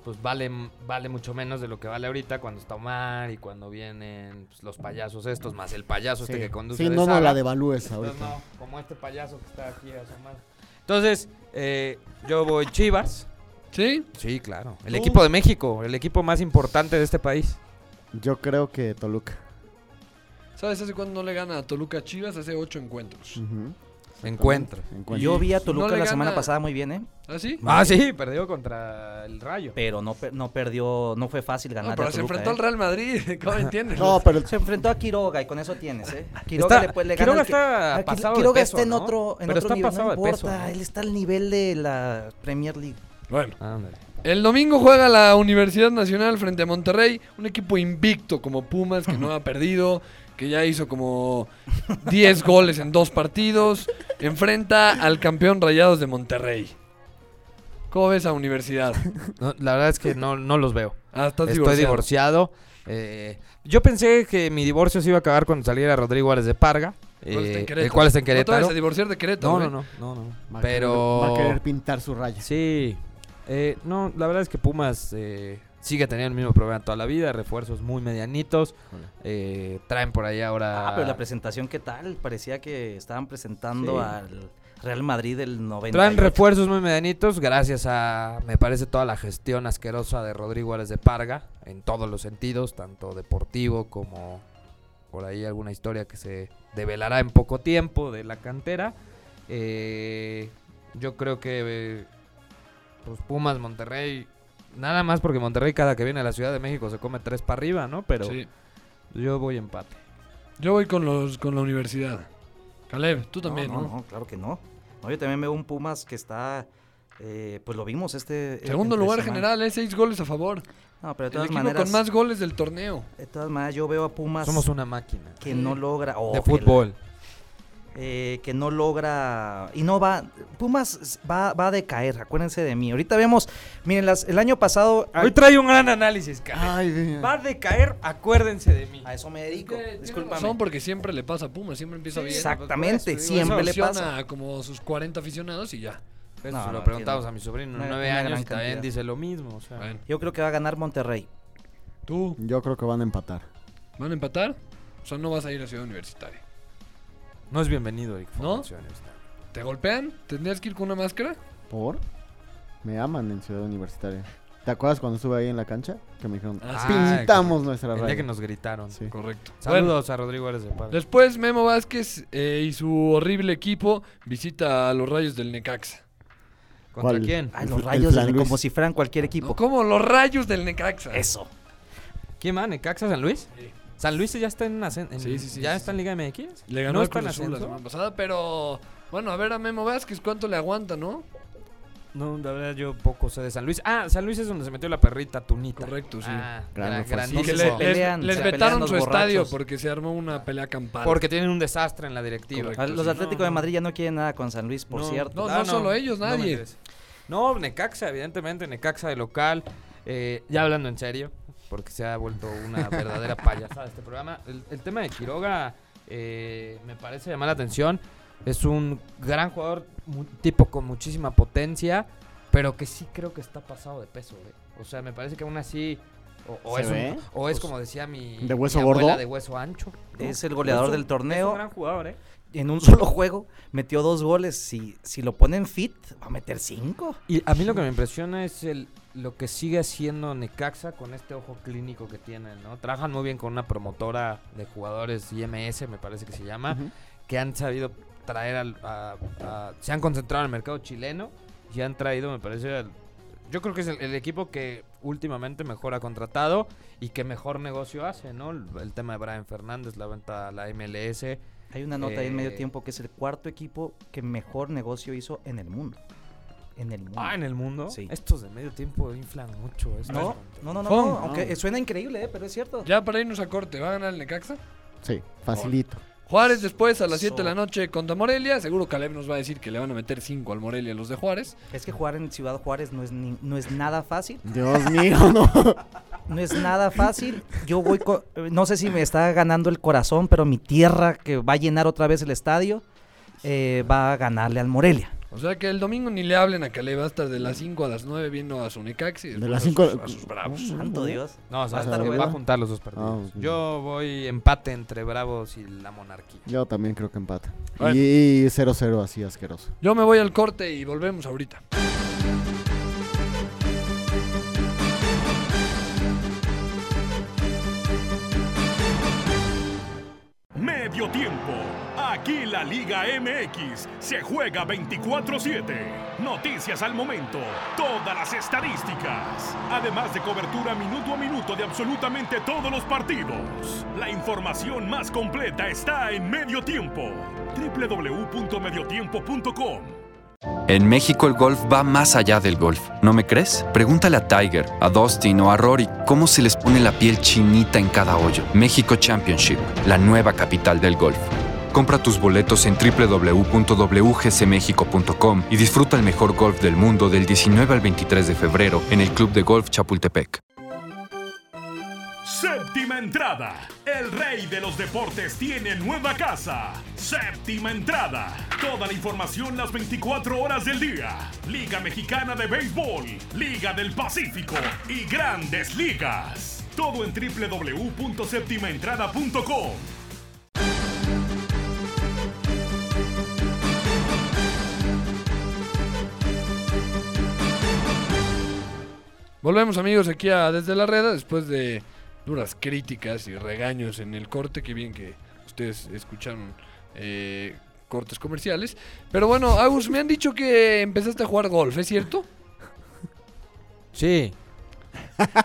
S5: pues vale, vale mucho menos de lo que vale ahorita cuando está Omar y cuando vienen pues, los payasos estos, más el payaso
S4: Sí,
S5: este que conduce.
S4: Sí,
S5: de
S4: no, no
S5: Sara.
S4: la devalúes
S5: Entonces,
S4: ahorita.
S5: no, como este payaso que está aquí asomado. Entonces, eh, yo voy Chivas.
S2: ¿Sí?
S5: Sí, claro. El equipo de México, el equipo más importante de este país.
S4: Yo creo que Toluca.
S2: ¿Sabes hace cuándo no le gana a Toluca a Chivas? Hace ocho encuentros.
S4: Ujú.
S5: Encuentro.
S4: Encuentro.
S3: Yo vi a
S2: No
S3: Toluca
S2: le
S3: la semana
S2: gana-
S3: pasada muy bien, ¿eh?
S2: ¿Ah, sí?
S5: Ah, sí, perdió contra el Rayo.
S3: Pero no, per- no perdió, no fue fácil
S2: No,
S3: ganar
S2: Ah, pero
S3: a
S2: se
S3: Toluca.
S2: enfrentó
S3: ¿eh?
S2: al Real Madrid. ¿Cómo entiendes?
S4: No, pero
S3: Se enfrentó a Quiroga y con eso tienes, ¿eh? A Quiroga
S5: Está-
S3: le, puede- le gana
S5: Quiroga
S3: al que-
S5: está
S3: a Qui-
S5: pasado de
S3: Quiroga
S5: peso,
S3: está en
S5: ¿no?
S3: otro, en otro
S5: Pero está
S3: nivel,
S5: pasado
S3: no
S5: de peso,
S3: importa,
S5: ¿no?
S3: él está al nivel de la Premier League.
S2: Bueno.
S5: Ándale.
S2: El domingo juega la Universidad Nacional frente a Monterrey, un equipo invicto como Pumas que no ha perdido, que ya hizo como 10 goles en dos partidos, enfrenta al campeón Rayados de Monterrey. ¿Cómo ves a Universidad?
S5: No, la verdad es que no, no los veo.
S2: Ah, estás
S5: Estoy
S2: divorciado.
S5: divorciado. Eh, yo pensé que mi divorcio se iba a acabar cuando saliera Rodrigo Álvarez de Parga,
S2: El cual Pues, está en
S5: eh,
S2: Querétaro.
S5: el cual está en
S2: No te
S5: Querétaro.
S2: vayas a divorciar de Querétaro.
S5: No,
S2: ¿eh?
S5: no, no, no, no.
S4: va a querer-
S5: Pero
S4: va a querer pintar su raya.
S5: sí, eh, no, la verdad es que Pumas eh, sigue teniendo el mismo problema toda la vida, refuerzos muy medianitos, eh, traen por ahí ahora.
S3: Ah, pero la presentación, ¿qué tal? Parecía que estaban presentando
S5: Sí.
S3: al, Real Madrid del 90.
S5: Traen refuerzos muy medianitos gracias a, me parece, toda la gestión asquerosa de Rodrigo Álvarez de Parga, en todos los sentidos, tanto deportivo como por ahí alguna historia que se develará en poco tiempo de la cantera. Eh, yo creo que eh, pues Pumas, Monterrey, nada más porque Monterrey cada que viene a la Ciudad de México se come tres para arriba, ¿no? Pero
S2: Sí.
S5: yo voy empate.
S2: Yo voy con los con la universidad. Caleb, tú también, ¿no?
S3: no, no, claro que no. No, yo también veo un Pumas que está, eh, pues lo vimos este...
S2: Segundo
S3: entre
S2: lugar
S3: semana.
S2: general, es seis goles a favor.
S3: No, pero
S2: El
S3: de todas
S2: equipo
S3: maneras...
S2: con más goles del torneo.
S3: De todas maneras, yo veo a Pumas
S5: Somos una máquina
S3: que no logra... oh,
S5: de
S3: que la-
S5: fútbol.
S3: eh, que no logra y no va Pumas s- va, va a decaer acuérdense de mí ahorita vemos miren las, el año pasado ah, a,
S5: Hoy trae un gran análisis, cara.
S4: Ay, bien.
S5: Va a decaer, acuérdense de mí.
S3: a eso me dedico
S2: Son
S3: discúlpame
S2: porque siempre le pasa a Pumas, siempre empieza bien.
S3: exactamente
S5: Pues, digo,
S3: siempre le
S2: Selecciona
S3: pasa
S2: a como sus 40 aficionados y ya.
S5: Eso
S3: No,
S5: se
S3: no,
S5: lo preguntamos
S3: que no.
S5: a mi sobrino,
S3: Una-
S5: nueve
S3: una
S5: años,
S3: gran
S5: y también
S3: cantidad.
S5: dice lo mismo. o sea.
S2: Bueno,
S3: yo creo que va a ganar Monterrey
S2: tú,
S4: Yo creo que van a empatar.
S2: ¿van a empatar? O sea, no vas a ir a Ciudad Universitaria.
S5: No es bienvenido, Eric.
S2: ¿No?
S5: ¿No?
S2: ¿Te golpean? ¿Tendrías que ir con una máscara?
S4: ¿Por? Me aman en Ciudad Universitaria. ¿Te acuerdas cuando estuve ahí en la cancha? Que me dijeron,
S2: Ah,
S4: pintamos nuestra
S5: El día que
S4: raya.
S5: nos gritaron.
S4: Sí.
S2: Correcto. Bueno,
S5: Saludos a Rodrigo Álvarez de Parga.
S2: después Memo Vázquez eh, y su horrible equipo visita a los rayos del Necaxa.
S5: ¿Contra
S4: ¿Cuál?
S5: quién?
S3: Ay,
S4: El
S3: los
S4: Fl- el
S3: rayos
S4: San
S3: de-
S4: Luis.
S3: como si fueran cualquier equipo
S2: ¿No? ¿Cómo los rayos del Necaxa?
S3: eso
S5: ¿Quién más? ¿Necaxa San Luis?
S2: Sí.
S5: San Luis ya está en, ascen- en-
S2: Sí, sí, sí,
S5: ya
S2: sí,
S5: está en Liga MX.
S2: Le ganó
S5: ¿No
S2: al
S5: está en
S2: Cruz Azul la
S5: ascenso?
S2: semana pasada, pero bueno, a ver a Memo Vázquez cuánto le aguanta, ¿no?
S5: No, la verdad yo poco sé de San Luis. Ah, San Luis es donde se metió la perrita Tunita.
S2: Correcto, sí.
S5: Ah,
S4: Gran
S5: gran,
S4: ofensiva.
S5: gran-
S2: Y que
S3: se
S2: le- les,
S3: pelean,
S2: les
S3: se pelean
S2: vetaron
S3: los
S2: su estadio
S3: borrachos.
S2: porque se armó una pelea campal.
S5: Porque tienen un desastre en la directiva.
S2: Correcto.
S3: A los
S2: sí.
S3: de Atlético de Madrid ya no quieren nada con San Luis por cierto
S2: no, solo ellos,
S5: Ah, me
S2: nadie.
S5: interesa. No, Necaxa, evidentemente, Necaxa de local. Eh, ya hablando en serio, porque se ha vuelto una verdadera payasada este programa. El, el tema de Quiroga eh, me parece llamar la atención. Es un gran jugador, mu- tipo con muchísima potencia, pero que sí creo que está pasado de peso. güey. O sea, me parece que aún así... O, o
S4: ¿Se
S5: es, un-
S4: ve?
S5: o es
S4: Pues,
S5: como decía mi...
S4: ¿de hueso
S5: mi abuela,
S4: gordo?
S5: De hueso ancho. ¿no?
S3: es el goleador
S5: Es un-
S3: del
S5: Es
S3: torneo
S5: un gran jugador, ¿eh?
S3: en un solo juego metió dos goles si si lo ponen fit va a meter cinco
S5: Y a mí lo que me impresiona es el, lo que sigue haciendo Necaxa con este ojo clínico que tienen, ¿no? Trabajan muy bien con una promotora de jugadores IMS, me parece que se llama,
S4: Ujú.
S5: que han sabido traer al... a- a- se han concentrado en el mercado chileno y han traído, me parece... al- yo creo que es el, el equipo que últimamente mejor ha contratado y que mejor negocio hace, ¿no? El, el tema de Brian Fernández, la venta a la MLS.
S3: Hay una nota ahí en medio
S5: Eh,
S3: tiempo que es el cuarto equipo que mejor negocio hizo en el mundo. En el mundo.
S5: Ah, en el mundo.
S3: Mm. Sí.
S5: Estos de medio tiempo inflan mucho. es
S3: no,
S5: impresionante.
S3: no, no, no,
S2: Fun.
S3: no, aunque eh, suena increíble, eh, pero es cierto.
S2: Ya para irnos a corte, ¿va a ganar el Necaxa?
S4: Sí, facilito.
S2: Juárez después a las 7 de
S3: Eso.
S2: la noche contra Morelia. Seguro Caleb nos va a decir que le van a meter 5 al Morelia los de Juárez.
S3: Es que jugar en Ciudad Juárez no es, ni- no es nada fácil.
S4: Dios mío, no.
S3: No es nada fácil. Yo voy co- eh, No sé si me está ganando el corazón, pero mi tierra, que va a llenar otra vez el estadio, eh, va a ganarle al Morelia.
S2: O sea que el domingo ni le hablen a Caleb hasta de las 5 a las 9 viendo a su Necaxa y
S4: De
S2: después
S4: las
S2: a sus-
S4: 5
S2: a sus bravos.
S3: Santo Dios.
S5: No, o sea,
S3: Va a estar
S5: se va a
S4: bueno.
S5: juntar los dos partidos.
S4: Ah, ok.
S5: Yo voy empate entre Bravos y la Monarquía.
S4: Yo también creo que empata.
S2: Bueno.
S4: Y 0-0 así asqueroso.
S2: Yo me voy al corte y volvemos ahorita.
S6: Medio tiempo. Aquí la Liga MX se juega 24-7. Noticias al momento. Todas las estadísticas. Además de cobertura minuto a minuto de absolutamente todos los partidos. La información más completa está en Medio tiempo. www.mediotiempo.com
S7: En México el golf va más allá del golf. ¿No me crees? Pregúntale a Tiger, a Dustin o a Rory cómo se les pone la piel chinita en cada hoyo. México Championship, la nueva capital del golf. Compra tus boletos en www.wgcmexico.com y disfruta el mejor golf del mundo del 19 al 23 de febrero en el Club de Golf Chapultepec.
S6: Séptima entrada. El rey de los deportes tiene nueva casa. Séptima entrada. Toda la información las 24 horas del día. Liga Mexicana de Béisbol, Liga del Pacífico y grandes ligas. Todo en www.septimaentrada.com.
S2: Volvemos amigos aquí a Desde la Reda después de duras críticas y regaños en el corte, que bien que ustedes escucharon eh, cortes comerciales. Pero bueno, Agus, me han dicho que empezaste a jugar golf, ¿es cierto?
S5: Sí.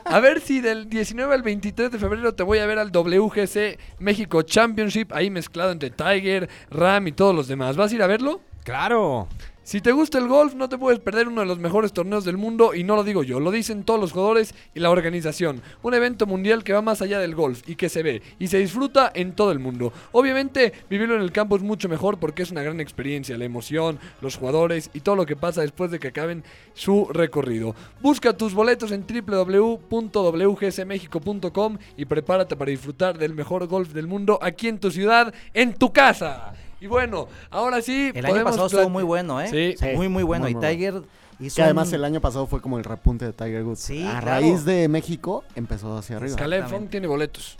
S2: A ver si del 19 al 23 de febrero te voy a ver al WGC México Championship, ahí mezclado entre Tiger, Ram y todos los demás. ¿Vas a ir a verlo?
S5: Claro.
S2: Si te gusta el golf, no te puedes perder uno de los mejores torneos del mundo y no lo digo yo, lo dicen todos los jugadores y la organización. Un evento mundial que va más allá del golf y que se ve y se disfruta en todo el mundo. Obviamente, vivirlo en el campo es mucho mejor porque es una gran experiencia, la emoción, los jugadores y todo lo que pasa después de que acaben su recorrido. Busca tus boletos en www.wgsmexico.com y prepárate para disfrutar del mejor golf del mundo aquí en tu ciudad, en tu casa. Y bueno, ahora sí
S3: El año pasado estuvo
S2: plati-
S3: muy bueno, ¿eh?
S2: Sí.
S4: Sí.
S3: Muy, muy bueno.
S4: Muy,
S3: y
S4: muy
S3: Tiger hizo.
S4: Que además
S3: un-
S4: el año pasado fue como el repunte de Tiger Woods.
S3: Sí,
S4: a
S3: claro.
S4: raíz de México empezó hacia arriba.
S2: Caleb
S3: Exactamente.
S2: Fong tiene boletos.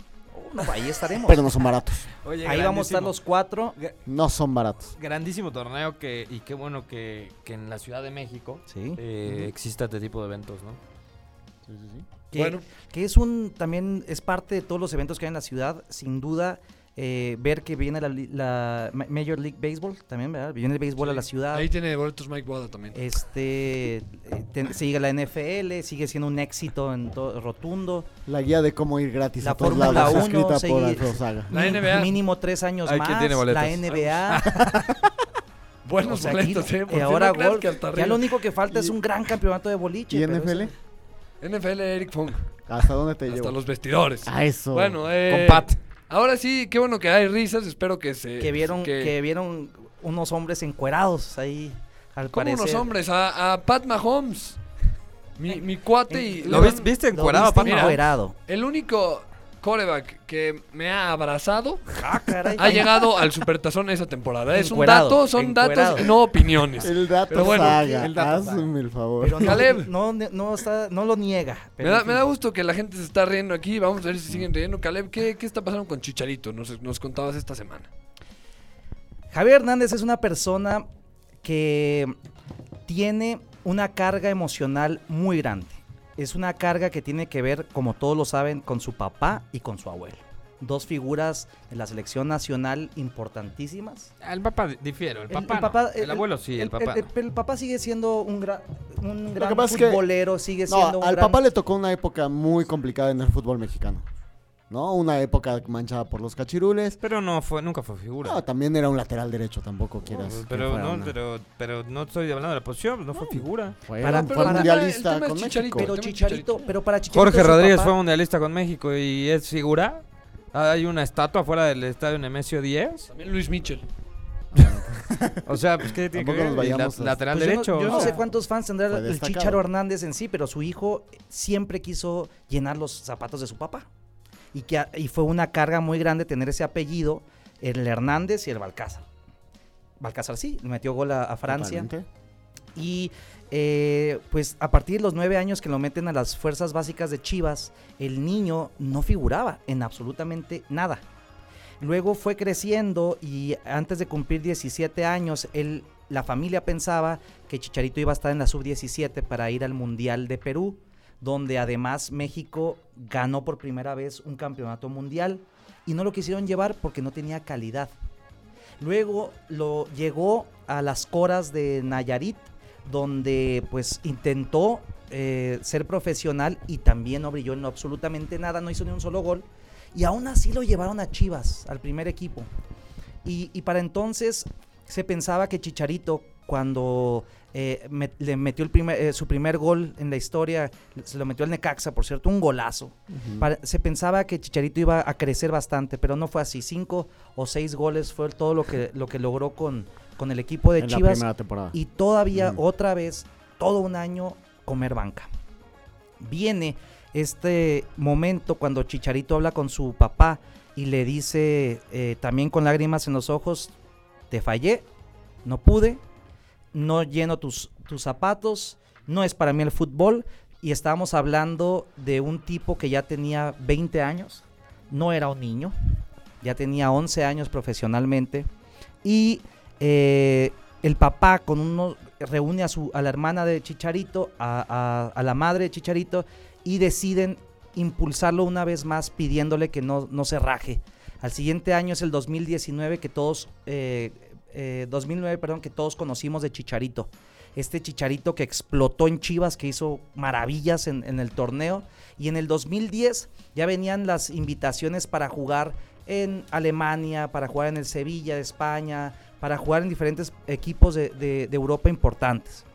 S3: No, ahí estaremos.
S4: Pero no son baratos.
S5: Oye,
S3: Ahí vamos a estar los cuatro.
S4: No son baratos.
S5: Grandísimo torneo que, y qué bueno que, que en la Ciudad de México
S3: Sí.
S5: eh, exista este tipo de eventos, ¿no?
S3: Que,
S2: Bueno.
S3: que es un. También es parte de todos los eventos que hay en la ciudad. Sin duda, eh, ver que viene la, li- la Ma- Major League Baseball también, ¿verdad? Viene el béisbol a la ciudad.
S2: Ahí tiene boletos Mike Boda también.
S3: Este. eh, te- sigue la NFL, sigue siendo un éxito en to- rotundo.
S4: La guía de cómo ir gratis
S3: La
S4: a todos
S3: Fórmula
S4: lados,
S3: 1,
S4: escrita por
S3: seguir-
S4: Alfredo Saga.
S2: La
S3: Mi-
S2: NBA.
S3: Mínimo tres años
S5: Ay, ¿quién
S3: más.
S5: tiene boletos?
S3: La NBA.
S2: Buenos
S3: O sea, aquí,
S2: boletos, eh.
S3: eh, ahora
S2: gol.
S3: golf. Ya lo único que falta es un gran campeonato de boliche.
S4: ¿Y
S3: pero
S4: NFL?
S3: eso-
S2: NFL Eric Fong.
S4: ¿Hasta dónde te
S2: Hasta
S4: llevo?
S2: los vestidores.
S3: Ah,
S4: A eso.
S2: Bueno, eh.
S5: Con Pat.
S2: Ahora sí, qué bueno que hay risas. Espero que se.
S3: que vieron
S2: Eh, que-
S3: que, vieron unos hombres encuerados ahí al
S2: como
S3: parecer.
S2: unos hombres, a, a Pat Mahomes. Mi, mi cuate y.
S5: ¿Lo vis- viste
S3: Eh, Lo
S5: encuerado a
S3: viste
S5: Pat Mahomes?
S3: encuerado.
S2: El único coreback que me ha abrazado
S3: Ah, caray.
S2: ha llegado al Supertazón esa temporada. Es un
S3: Encuerado,
S2: dato, son
S3: encuerado.
S2: datos, no opiniones.
S4: El dato
S2: Pero bueno,
S4: Saga.
S5: el dato Saga.
S4: hazme el favor.
S3: Pero no,
S2: Caleb.
S3: No, no está, no lo niega.
S2: Me
S3: pero
S2: da,
S3: en
S2: me
S3: fin.
S2: da gusto que la gente se está riendo aquí. Vamos a ver si siguen riendo. Caleb, ¿qué, qué está pasando con Chicharito? Nos, nos contabas esta semana.
S3: Javier Hernández es una persona que tiene una carga emocional muy grande. Es una carga que tiene que ver, como todos lo saben, con su papá y con su abuelo. Dos figuras en la selección nacional importantísimas.
S5: El papá difiero, el
S3: El-
S5: papá.
S3: el
S5: no.
S3: papá- eh,
S5: el, abuelo sí, el, papá.
S3: El,
S5: no.
S3: el papá sigue siendo un, gra- un gran
S4: pasa es que-
S3: futbolero, sigue
S4: No,
S3: siendo un
S4: al
S3: gran-
S4: papá le tocó una época muy complicada en el fútbol mexicano. ¿No? Una época manchada por los cachirules.
S5: Pero no fue, nunca fue figura.
S4: No, también era un lateral derecho, tampoco quieras. que
S5: pero
S4: fuera
S5: no,
S4: una-
S5: pero, pero no estoy hablando de la posición, no fue figura.
S4: Fue
S3: Para-
S4: un- fue
S3: para-
S4: mundialista
S2: el tema es
S4: con
S2: Chicharito.
S4: México.
S3: Pero
S2: Tema
S3: Chicharito,
S2: Chicharito.
S3: pero para Chicharito
S5: Jorge
S3: su
S5: Rodríguez
S3: papá-
S5: fue mundialista con México y es figura. Hay una estatua afuera del estadio Nemesio 10.
S2: También Luis Mitchell.
S5: O sea, pues que tiene que
S4: Tampoco
S5: ver?
S4: nos
S5: Y la-
S4: vayamos a-
S5: lateral
S3: Pues yo no-
S5: derecho.
S3: Yo no,
S5: o sea.
S3: sé cuántos fans tendrá
S4: Fue
S3: el
S4: destacado.
S3: Chicharo Hernández en sí, pero su hijo siempre quiso llenar los zapatos de su papá. Y, que, a- y fue una carga muy grande tener ese apellido, el Hernández y el Balcázar. Balcázar sí, le metió gol a, a Francia.
S4: Totalmente.
S3: Y eh, pues a partir de los nueve años que lo meten a las fuerzas básicas de Chivas, el niño no figuraba en absolutamente nada. Luego fue creciendo y antes de cumplir 17 años, él, la familia pensaba que Chicharito iba a estar en la sub-17 para ir al Mundial de Perú, donde además México ganó por primera vez un campeonato mundial y no lo quisieron llevar porque no tenía calidad. Luego lo llegó a las coras de Nayarit, donde pues intentó eh, ser profesional y también no brilló en lo absolutamente nada, no hizo ni un solo gol. Y aún así lo llevaron a Chivas, al primer equipo. Y, y para entonces se pensaba que Chicharito, cuando eh, met- le metió el primer- eh, su primer gol en la historia, se lo metió al Necaxa, por cierto, un golazo. Para- se pensaba que Chicharito iba a crecer bastante, pero no fue así. Cinco o seis goles fue todo lo que, lo que logró con, con el equipo de
S4: en la
S3: Chivas
S4: primera temporada.
S3: y todavía
S4: Ujú.
S3: otra vez todo un año comer banca. Viene este momento cuando Chicharito habla con su papá y le dice eh, también con lágrimas en los ojos, te fallé, no pude, no lleno tus, tus zapatos, no es para mí el fútbol. Y estábamos hablando de un tipo que ya tenía 20 años, no era un niño, ya tenía 11 años profesionalmente y eh, el papá con uno reúne a, su, a la hermana de Chicharito, a, a- a la madre de Chicharito, y deciden impulsarlo una vez más pidiéndole que no, no se raje. Al siguiente año es el 2019 que todos, eh, eh, 2009, perdón, que todos conocimos de Chicharito. Este Chicharito que explotó en Chivas, que hizo maravillas en, en el torneo. Y en el 2010 ya venían las invitaciones para jugar en Alemania, para jugar en el Sevilla de España, para jugar en diferentes equipos de, de- de Europa importantes.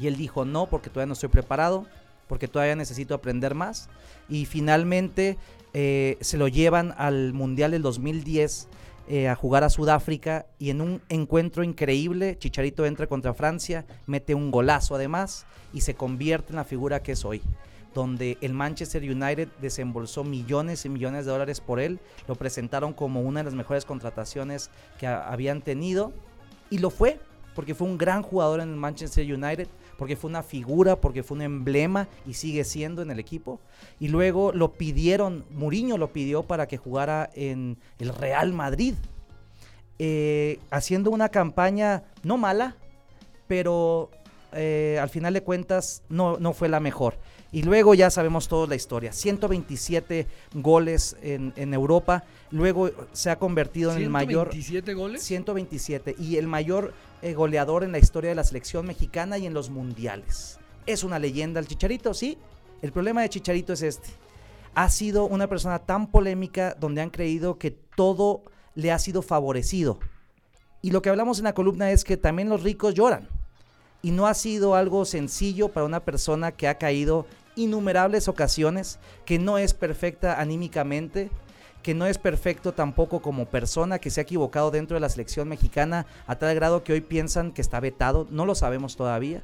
S3: Y él dijo, no, porque todavía no estoy preparado, porque todavía necesito aprender más. Y finalmente eh, se lo llevan al Mundial del 2010 eh, a jugar a Sudáfrica y en un encuentro increíble, Chicharito entra contra Francia, mete un golazo además y se convierte en la figura que es hoy donde el Manchester United desembolsó millones y millones de dólares por él, lo presentaron como una de las mejores contrataciones que a- habían tenido y lo fue, porque fue un gran jugador en el Manchester United, porque fue una figura, porque fue un emblema y sigue siendo en el equipo. Y luego lo pidieron, Mourinho lo pidió para que jugara en el Real Madrid, eh, haciendo una campaña no mala, pero eh, al final de cuentas no, no fue la mejor. Y luego ya sabemos toda la historia. 127 goles en, en Europa. Luego se ha convertido en el mayor...
S2: 127 goles.
S3: 127 y el mayor eh, goleador en la historia de la selección mexicana y en los mundiales. Es una leyenda el Chicharito, sí. El problema de Chicharito es este. Ha sido una persona tan polémica donde han creído que todo le ha sido favorecido. Y lo que hablamos en la columna es que también los ricos lloran. Y no ha sido algo sencillo para una persona que ha caído innumerables ocasiones, que no es perfecta anímicamente, que no es perfecto tampoco como persona, que se ha equivocado dentro de la selección mexicana a tal grado que hoy piensan que está vetado, no lo sabemos todavía,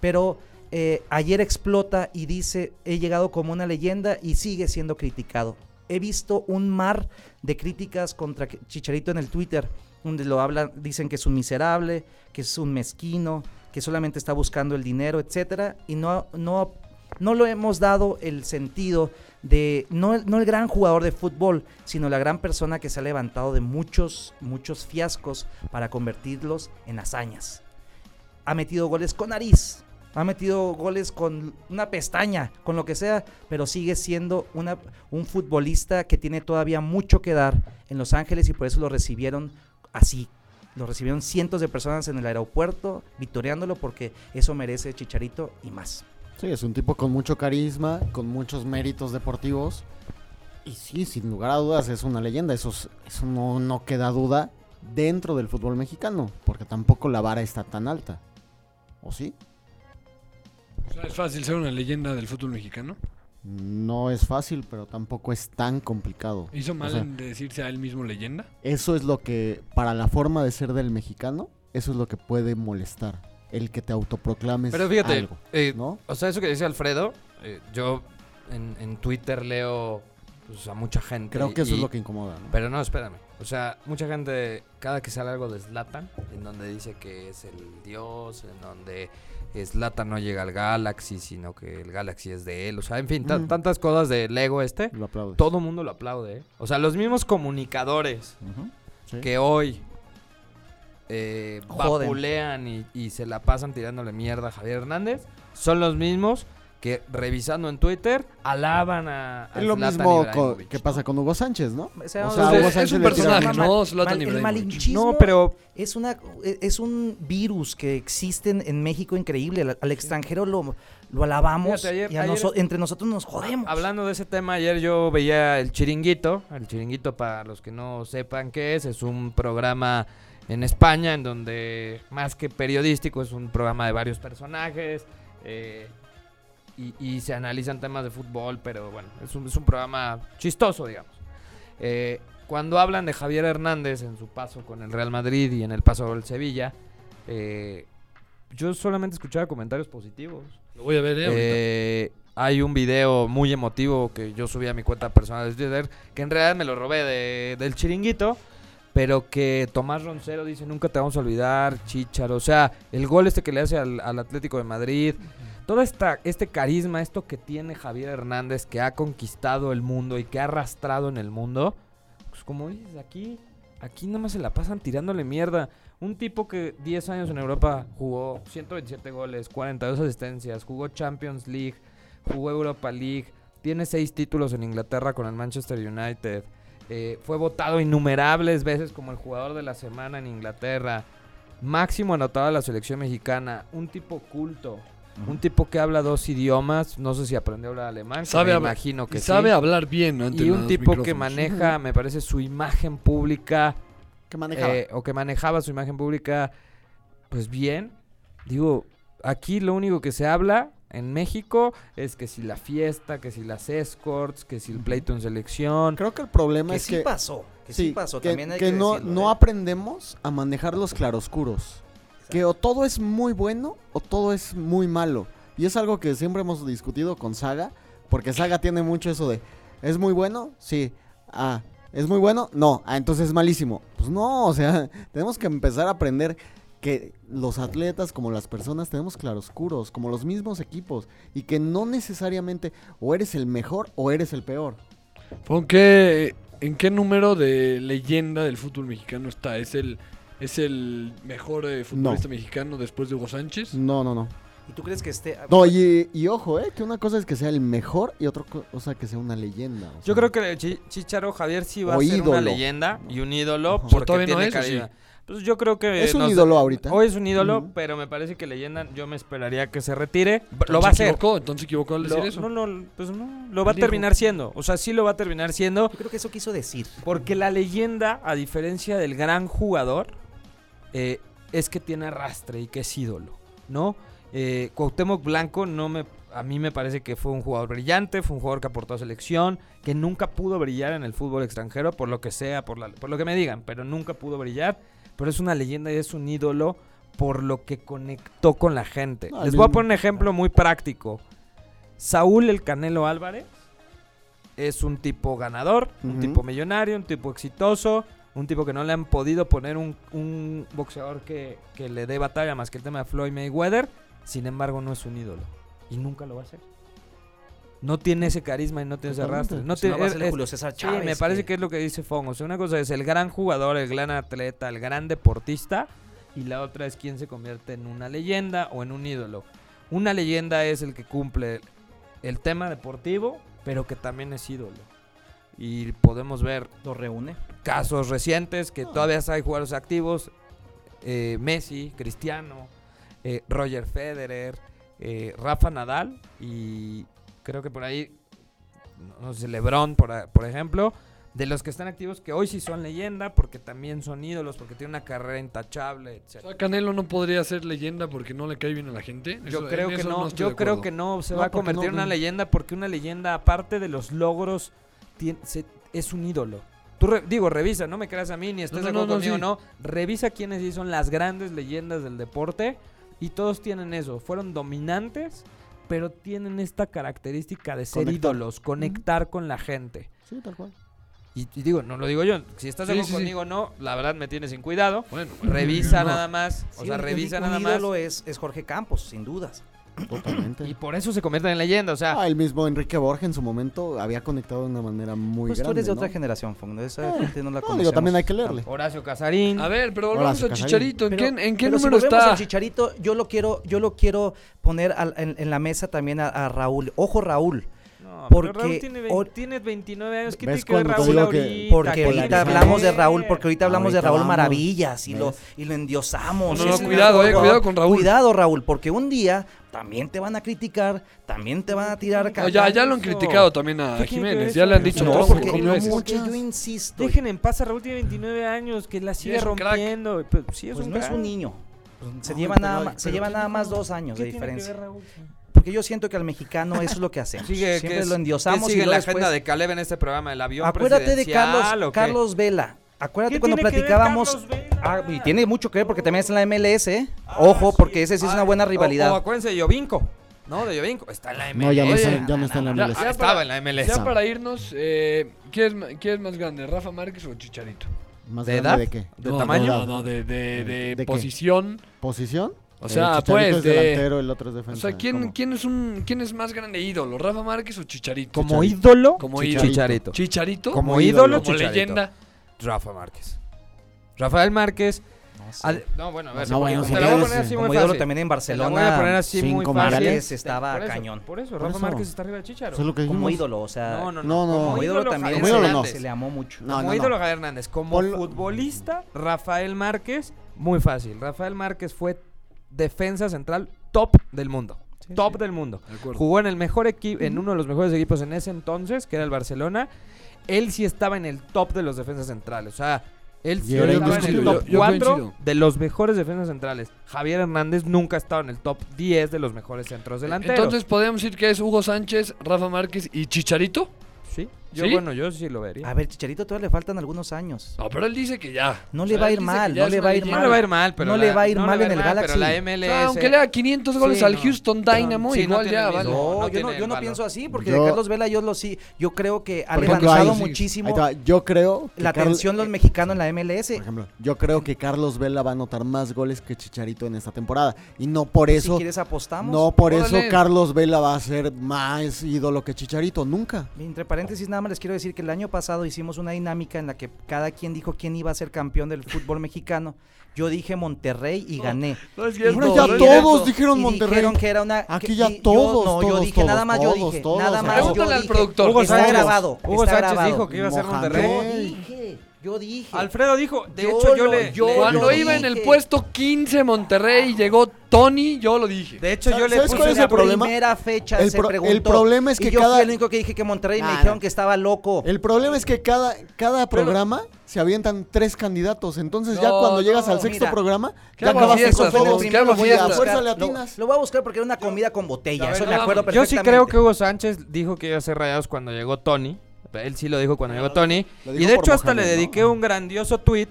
S3: pero eh, ayer explota y dice, he llegado como una leyenda y sigue siendo criticado. He visto un mar de críticas contra que- Chicharito en el Twitter, donde lo hablan, dicen que es un miserable, que es un mezquino, que solamente está buscando el dinero, etcétera, y no, no, no lo hemos dado el sentido de no, el- no el gran jugador de fútbol, sino la gran persona que se ha levantado de muchos, muchos fiascos para convertirlos en hazañas. Ha metido goles con nariz, ha metido goles con una pestaña, con lo que sea, pero sigue siendo una, un futbolista que tiene todavía mucho que dar en Los Ángeles y por eso lo recibieron así. Lo recibieron cientos de personas en el aeropuerto, victoriándolo porque eso merece Chicharito y más.
S4: Sí, es un tipo con mucho carisma, con muchos méritos deportivos. Y sí, sin lugar a dudas, es una leyenda. Eso, es- eso no, no queda duda dentro del fútbol mexicano, porque tampoco la vara está tan alta. ¿O sí?
S2: O sea, es fácil ser una leyenda del fútbol mexicano.
S4: No es fácil, pero tampoco es tan complicado.
S2: ¿Hizo mal
S4: O sea,
S2: en decirse a él mismo leyenda?
S4: Eso es lo que, para la forma de ser del mexicano, eso es lo que puede molestar. El que te autoproclames
S5: Pero fíjate,
S4: algo,
S5: eh,
S4: ¿no?
S5: O sea, eso que dice Alfredo, eh, yo en, en Twitter leo pues, a mucha gente.
S4: Creo que eso
S5: y-
S4: es lo que incomoda, ¿no?
S5: Pero no, espérame. O sea, mucha gente, cada que sale algo de Slatan, en donde dice que es el dios, en donde Slatan no llega al Galaxy, sino que el Galaxy es de él. O sea, en fin, ta-
S4: Mm.
S5: tantas cosas del ego este.
S4: Lo aplaudes.
S5: Todo mundo lo aplaude. ¿eh? O sea, los mismos comunicadores
S4: Ujú, sí.
S5: que hoy eh,
S3: Joden.
S5: vapulean y, y se la pasan tirándole mierda a Javier Hernández son los mismos que revisando en Twitter alaban a, a
S4: Es lo
S5: Zlatan
S4: mismo
S5: Ibrahimović,
S4: co- que
S5: ¿no?
S4: pasa con Hugo Sánchez, ¿no?
S3: O sea,
S4: O
S2: O
S4: sea,
S2: sea,
S4: Hugo
S2: es,
S4: Sánchez
S2: un
S4: le tiraron-
S2: personaje,
S3: Mal-
S2: no Zlatan
S3: mal- el
S2: Ibrahimovic.
S3: malinchismo
S5: No, pero
S3: es una es un virus que existe en, en México increíble. Al, al extranjero lo, lo alabamos
S5: Fíjate, ayer-
S3: y a
S5: ayer-
S3: noso- entre nosotros nos jodemos.
S5: Hablando de ese tema, ayer yo veía el chiringuito. El chiringuito, para los que no sepan qué es, es un programa en España en donde, más que periodístico, es un programa de varios personajes. eh, y, y se analizan temas de fútbol, pero bueno, es un, es un programa chistoso, digamos. Eh, cuando hablan de Javier Hernández en su paso con el Real Madrid y en el paso del Sevilla, eh, yo solamente escuchaba comentarios positivos.
S2: Lo voy a ver, eh, ahorita.
S5: Eh, hay un video muy emotivo que yo subí a mi cuenta personal de Twitter, que en realidad me lo robé de- del chiringuito, pero que Tomás Roncero dice, nunca te vamos a olvidar, Chicharo. O sea, el gol este que le hace al, al Atlético de Madrid, todo esta, este carisma, esto que tiene Javier Hernández, que ha conquistado el mundo y que ha arrastrado en el mundo, pues como dices aquí, Aquí nada más se la pasan tirándole mierda. Un tipo que 10 años en Europa jugó 127 goles, 42 asistencias, jugó Champions League, jugó Europa League, tiene 6 títulos en Inglaterra con el Manchester United, eh, fue votado innumerables veces como el jugador de la semana en Inglaterra, máximo anotado de la selección mexicana, un tipo culto. Un tipo que habla dos idiomas, no sé si aprendió a hablar alemán, que
S2: Sabe
S5: me
S2: hablar-
S5: imagino que
S2: y
S5: sí.
S2: sabe hablar bien ante
S5: Y un
S2: los
S5: tipo que
S2: micrófonos.
S5: maneja, me parece, su imagen pública
S4: ¿Qué manejaba?
S5: eh, o que manejaba su imagen pública, pues bien. Digo, aquí lo único que se habla en México es que si la fiesta, que si las escorts, que si el pleito en selección.
S4: Creo que el problema
S3: Que
S4: es
S3: sí
S4: que...
S3: pasó. Que sí, pasó.
S4: que-
S3: También hay
S4: que
S3: que,
S4: no,
S3: decirlo,
S4: no
S3: ¿eh?
S4: aprendemos a manejar los claroscuros. Que o todo es muy bueno o todo es muy malo. Y es algo que siempre hemos discutido con Saga, porque Saga tiene mucho eso de, ¿es muy bueno? Sí. Ah, ¿es muy bueno? No. Ah, entonces es malísimo. Pues no, o sea, tenemos que empezar a aprender que los atletas como las personas tenemos claroscuros, como los mismos equipos, y que no necesariamente o eres el mejor o eres el peor.
S2: ¿Con qué, ¿En qué número de leyenda del fútbol mexicano está? ¿Es el, es el mejor eh, futbolista mexicano después de Hugo Sánchez?
S4: No, no, no.
S3: ¿Y tú crees que este, esté.?
S4: No, y, y ojo, ¿eh? Que una cosa es que sea el mejor y otra co- cosa que sea una leyenda. o sea.
S5: Yo creo que Chi- Chicharo Javier sí va
S4: O
S5: a ser una
S4: ídolo.
S5: leyenda y un ídolo
S4: Ajá.
S5: porque
S2: ¿Todavía no
S5: tiene
S2: es o sí?
S5: calidad. Pues yo creo que
S4: Es un
S5: nos-
S4: ídolo ahorita.
S5: Hoy es un ídolo,
S4: Ujú.
S5: pero me parece que leyenda yo me esperaría que se retire. Lo
S2: Entonces
S5: va a hacer.
S2: equivocó, entonces equivocó al decir
S5: Lo-
S2: eso.
S5: No, no, pues no, lo va a
S2: Dijo.
S5: terminar siendo. O sea, sí lo va a terminar siendo.
S3: Yo creo que eso quiso decir.
S5: Porque la leyenda, a diferencia del gran jugador, eh, es que tiene arrastre y que es ídolo, ¿no? Eh, Cuauhtémoc Blanco no me, a mí me parece que fue un jugador brillante, fue un jugador que aportó a selección, que nunca pudo brillar en el fútbol extranjero, por lo que sea, por, la- por lo que me digan, pero nunca pudo brillar. Pero es una leyenda y es un ídolo por lo que conectó con la gente.
S4: No,
S5: Les
S4: el
S5: voy a
S4: mismo-
S5: poner un ejemplo muy práctico. Saúl el Canelo Álvarez es un tipo ganador, un
S4: Ujú.
S5: tipo millonario, un tipo exitoso, un tipo que no le han podido poner un, un boxeador que, que le dé batalla más que el tema de Floyd Mayweather. Sin embargo, no es un ídolo. Y nunca lo va a ser. No tiene ese carisma y no tiene ese
S4: Totalmente.
S5: arrastre. No
S3: Si
S5: tiene
S3: no va a ser el
S5: es-
S3: Julio César
S5: Sí,
S3: Chávez.
S5: me parece que... es lo que dice Fong. O sea, una cosa es el gran jugador, el gran atleta, el gran deportista. Y la otra es quien se convierte en una leyenda o en un ídolo. Una leyenda es el que cumple el tema deportivo, pero que también es ídolo. Y podemos ver
S3: Lo reúne.
S5: casos recientes que todavía hay jugadores activos. eh, Messi, Cristiano, eh, Roger Federer, eh, Rafa Nadal y creo que por ahí, no sé, Lebron, por, a- por ejemplo, de los que están activos que hoy sí son leyenda porque también son ídolos, porque tienen una carrera intachable,
S2: O
S5: etc.
S2: sea, Canelo no podría ser leyenda porque no le cae
S3: Mm.
S2: bien a la gente.
S5: Yo creo que no, yo creo que no se
S4: No,
S5: va a
S4: porque no,
S5: convertir en una
S4: no.
S5: leyenda porque una leyenda aparte de los logros tien- se- es un ídolo. Tú re- digo, revisa, no me creas a mí ni estés
S2: No,
S5: de
S2: no,
S5: acuerdo
S2: no,
S5: conmigo,
S2: sí.
S5: no. Revisa quiénes sí son las grandes leyendas del deporte y todos tienen eso, fueron dominantes, pero tienen esta característica de ser
S4: Conectar.
S5: ídolos, conectar con la gente.
S4: Sí, tal cual.
S5: Y, y digo, no lo digo yo, si estás de
S2: Sí,
S5: acuerdo
S2: sí, sí.
S5: conmigo o no, la verdad me tienes sin cuidado.
S2: Bueno,
S5: Revisa
S2: no.
S5: nada más, o
S3: Sí,
S5: sea,
S3: un- un-
S5: revisa
S3: un
S5: nada más.
S3: ídolo es, es Jorge Campos, sin dudas.
S4: Totalmente.
S5: Y por eso se convierten en leyenda, o sea,
S4: Ah, el mismo Enrique Borja en su momento había conectado de una manera muy
S3: pues tú
S4: grande.
S3: eres de
S4: ¿no?
S3: otra generación, Fong. ¿no? Esa
S4: Eh,
S3: gente no la
S4: No,
S3: conocemos.
S4: digo, también hay que leerle.
S5: Horacio Casarín.
S2: A ver, pero
S4: Ahora
S2: volvamos
S4: se
S2: a
S4: casaría.
S2: Chicharito. ¿En
S3: Pero-
S2: qué, en qué
S3: pero
S2: número
S3: si volvemos
S2: está?
S3: al Chicharito, yo lo quiero, yo lo quiero poner al- en, en la mesa también a, a Raúl. Ojo, Raúl.
S5: No,
S3: Porque
S5: pero Raúl tiene, vein-
S3: or-
S5: tiene 29 años. ¿Qué
S4: ¿Ves
S5: tiene que ver
S4: cuando te digo
S5: Raúl
S4: que-
S5: ahorita?
S3: Porque
S4: con la
S3: ahorita
S4: que se
S3: hablamos de
S5: tiene que
S3: Raúl,
S5: ver?
S3: porque ahorita hablamos de
S4: Ahorita
S3: Raúl
S4: vamos,
S3: Maravillas y lo,
S4: ¿ves?
S3: y lo endiosamos.
S2: No,
S3: y
S2: no,
S3: es un
S2: cuidado,
S3: gran
S2: eh,
S3: jugador.
S2: cuidado con Raúl.
S3: Cuidado, Raúl, porque un día también te van a criticar, también te van a tirar
S2: No, ya, ya lo han
S5: Eso.
S2: criticado también a
S5: ¿Qué tiene que
S2: Jiménez.
S5: ver
S2: Ya
S5: eso?
S2: le han dicho
S4: No,
S2: todo
S4: porque
S2: mil
S4: no
S2: veces.
S4: mucho.
S3: porque yo insisto.
S5: Dejen en paz a Raúl, tiene 29 años, que la sigue
S2: es un crack.
S5: rompiendo. y Pues, sí, es
S3: pues
S5: un
S3: no es
S5: crack.
S3: un niño. Pues se
S2: No,
S3: lleva
S2: pero-
S3: nada, ma- se
S2: pero
S3: lleva
S2: tiene
S3: nada más
S2: como-
S3: dos años de
S5: ¿Qué tiene que ver
S3: diferencia.
S5: Raúl?
S3: Porque yo siento que al mexicano eso es lo que hacemos.
S5: Sigue,
S3: Siempre
S5: que es-
S3: lo endiosamos
S5: ¿qué
S3: y
S5: sigue
S3: luego
S5: la
S3: después-
S5: agenda de Caleb en este programa, el avión
S3: Acuérdate de
S5: presidencial,
S3: Carlos,
S5: ¿o qué?
S3: Carlos Vela. Acuérdate
S5: ¿Qué
S3: cuando
S5: tiene que ver
S3: platicábamos.
S5: Carlos Vela?
S3: Ah, y tiene mucho que ver porque también es en la MLS, ¿eh? Ojo, porque ese sí es una
S5: Ah,
S3: buena
S5: o-
S3: rivalidad.
S5: O, acuérdense de Jovinko. No, de Jovinko. Está en la MLS.
S4: No, ya no,
S2: Oye,
S4: está, ya no está en la
S2: ya-
S4: MLS.
S5: Ah,
S2: ya
S5: estaba
S2: para-
S5: en la MLS.
S2: Ya para irnos, eh, ¿quién, es, ma- quién es más grande, Rafa Márquez o Chicharito?
S4: ¿Más
S5: ¿De
S4: grande
S5: edad?
S4: de qué?
S5: ¿De
S2: No,
S5: tamaño?
S2: No, no, de, de- de
S4: ¿De qué?
S2: posición.
S4: ¿Posición?
S2: O
S4: El
S2: sea,
S4: Chicharito
S2: pues,
S4: es
S2: de-
S4: delantero, el otro es
S2: O
S4: defensa.
S2: sea, ¿quién,
S4: ¿Cómo?
S2: quién, es un, ¿quién es más grande ídolo, Rafa Márquez o Chicharito?
S5: Como
S4: Chicharito.
S5: ídolo,
S2: Como
S5: Chicharito.
S2: ¿Chicharito?
S5: Como
S4: Como
S5: ídolo,
S2: Como
S5: Chicharito.
S2: leyenda.
S5: Rafa Márquez. Rafael Márquez.
S3: No sé.
S5: Ad- No, bueno, a ver,
S4: No, bueno,
S5: te
S4: si
S5: la voy a
S4: quieres,
S5: poner así
S4: eh,
S5: muy
S3: Como yo lo
S5: fácil.
S3: terminé en
S5: Te la voy a poner
S3: Barcelona,
S5: así muy
S4: cinco
S5: fácil.
S4: Morales
S3: Morales estaba
S5: Por eso,
S3: cañón.
S5: Por eso,
S4: Por
S5: Rafa
S4: eso.
S5: Márquez está arriba de Chicharo.
S4: Eso es lo que dijimos.
S3: Como ídolo, o sea,
S5: No,
S4: No,
S5: no, no.
S4: no.
S5: Como
S4: Como
S5: ídolo,
S3: ídolo
S5: Javier
S3: también
S4: Como ídolo, no.
S5: Hernández.
S3: se le amó mucho.
S4: No,
S5: como
S4: no, no.
S5: ídolo Javier Hernández. Como
S4: Ponlo-
S5: futbolista, Rafael Márquez, muy fácil. Rafael Márquez fue defensa central top del mundo. top del mundo.
S2: De acuerdo.
S5: Jugó en el mejor equipo, en uno de los mejores equipos en ese entonces, que era el Barcelona. Él sí estaba en el top de los defensas centrales. O sea, él sí
S4: Yo
S5: estaba en
S4: coincido,
S5: el
S4: yo-
S5: top
S2: yo
S5: 4
S2: coincido.
S5: de los mejores defensas centrales. Javier Hernández nunca ha estado en el top 10 de los mejores centros
S3: Eh,
S5: delanteros.
S2: Entonces, ¿podríamos decir que es Hugo Sánchez, Rafa Márquez y Chicharito?
S5: sí, yo
S2: ¿Sí?
S5: bueno, yo sí lo vería.
S3: A ver, Chicharito todavía le faltan algunos años.
S2: No, pero él dice que ya.
S3: No
S2: O
S3: le
S2: sea,
S3: va a
S2: él
S3: ir
S2: dice que
S3: mal,
S2: ya
S3: no
S2: es
S3: le
S2: una
S3: va a ir
S2: leyenda.
S5: No le va a ir mal, pero
S3: No
S5: la-
S3: le va a ir mal
S5: le
S3: en
S5: va
S3: el
S5: a ir mal,
S3: Galaxy.
S5: Pero
S2: O
S5: la
S2: sea,
S5: MLS.
S2: aunque le haga 500 goles
S5: Sí,
S2: al
S5: no.
S2: Houston Dynamo,
S5: Sí, no
S2: igual
S5: tiene
S2: ya
S5: el
S2: vale.
S5: mismo.
S3: No,
S5: No
S3: yo, no,
S5: tiene
S3: yo no
S5: valor.
S3: pienso así, porque
S4: Yo-
S3: de Carlos Vela yo lo sí, yo creo que ha
S4: Por ejemplo,
S3: levantado
S4: ahí-
S3: muchísimo
S4: Ahí te va, Yo creo. que
S3: la
S4: Carl-
S3: atención los mexicanos en la MLS.
S4: Por ejemplo, yo creo que Carlos Vela va a anotar más goles que Chicharito en esta temporada. Y no por
S3: si
S4: eso.
S3: quieres apostamos.
S4: No por
S2: Órale.
S4: eso Carlos Vela va a ser más ídolo que Chicharito. Nunca.
S3: Entre paréntesis, nada más les quiero decir que el año pasado hicimos una dinámica en la que cada quien dijo quién iba a ser campeón del fútbol mexicano. Yo dije Monterrey y gané.
S2: No es
S3: Y
S2: cierto.
S4: Ahora ya
S2: no es
S3: todo-
S2: cierto.
S4: todos dijeron
S3: y
S4: Monterrey.
S3: Dijeron que era una.
S4: Aquí
S3: que-
S4: ya
S3: y yo-
S4: todos,
S3: no, yo
S4: todos,
S3: dije
S4: todos,
S3: nada más, yo
S4: todos,
S3: dije
S4: todos.
S3: nada más. yo
S2: Pregúntale al
S3: dije,
S2: productor.
S5: Hugo
S3: está
S5: Sánchez.
S3: grabado.
S5: Hugo
S3: está
S5: Sánchez
S3: grabado.
S5: dijo que iba a ser
S4: Mohamed.
S5: Monterrey.
S3: Yo dije, yo dije.
S5: Alfredo dijo, de
S3: Yo
S5: hecho yo
S3: lo-
S5: le...
S3: yo
S5: le-
S2: Cuando
S3: lo
S2: iba en el
S3: dije.
S2: puesto 15 Monterrey y llegó Tony, yo lo dije.
S5: De hecho yo le
S4: ¿Sabes
S5: puse...
S4: cuál es
S3: la
S4: el problema?
S3: primera fecha
S4: El
S3: se
S4: pro- el
S3: preguntó,
S4: problema es
S3: y
S4: que
S3: yo
S4: cada-
S3: fui el único que dije que Monterrey
S4: Nah,
S3: me dijeron
S4: nah.
S3: que estaba loco.
S4: El problema es que cada, cada programa se avientan tres candidatos. Entonces, ya
S2: No,
S4: cuando llegas
S2: no,
S4: al sexto
S3: mira.
S4: programa,
S2: ¿Qué
S4: ya
S2: hago
S4: acabaste
S2: fiestas,
S4: con todos.
S2: Félix? ¿Qué hago
S4: Y a
S2: fiestas?
S4: fuerza le
S3: Lo,
S4: atinas.
S3: lo voy a buscar porque era una comida con botella,
S2: A ver,
S3: eso me
S2: no,
S3: acuerdo
S5: Yo sí
S3: perfectamente.
S5: creo que Hugo Sánchez dijo que iba a ser rayados cuando llegó Tony. Él sí lo dijo cuando llegó Tony.
S4: lo
S5: Y
S4: dijo
S5: de
S4: por
S5: hecho hasta
S4: Mohamed,
S5: le
S4: ¿no?
S5: dediqué un grandioso tweet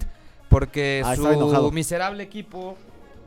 S5: porque
S4: Ah, estaba enojado.
S5: su miserable equipo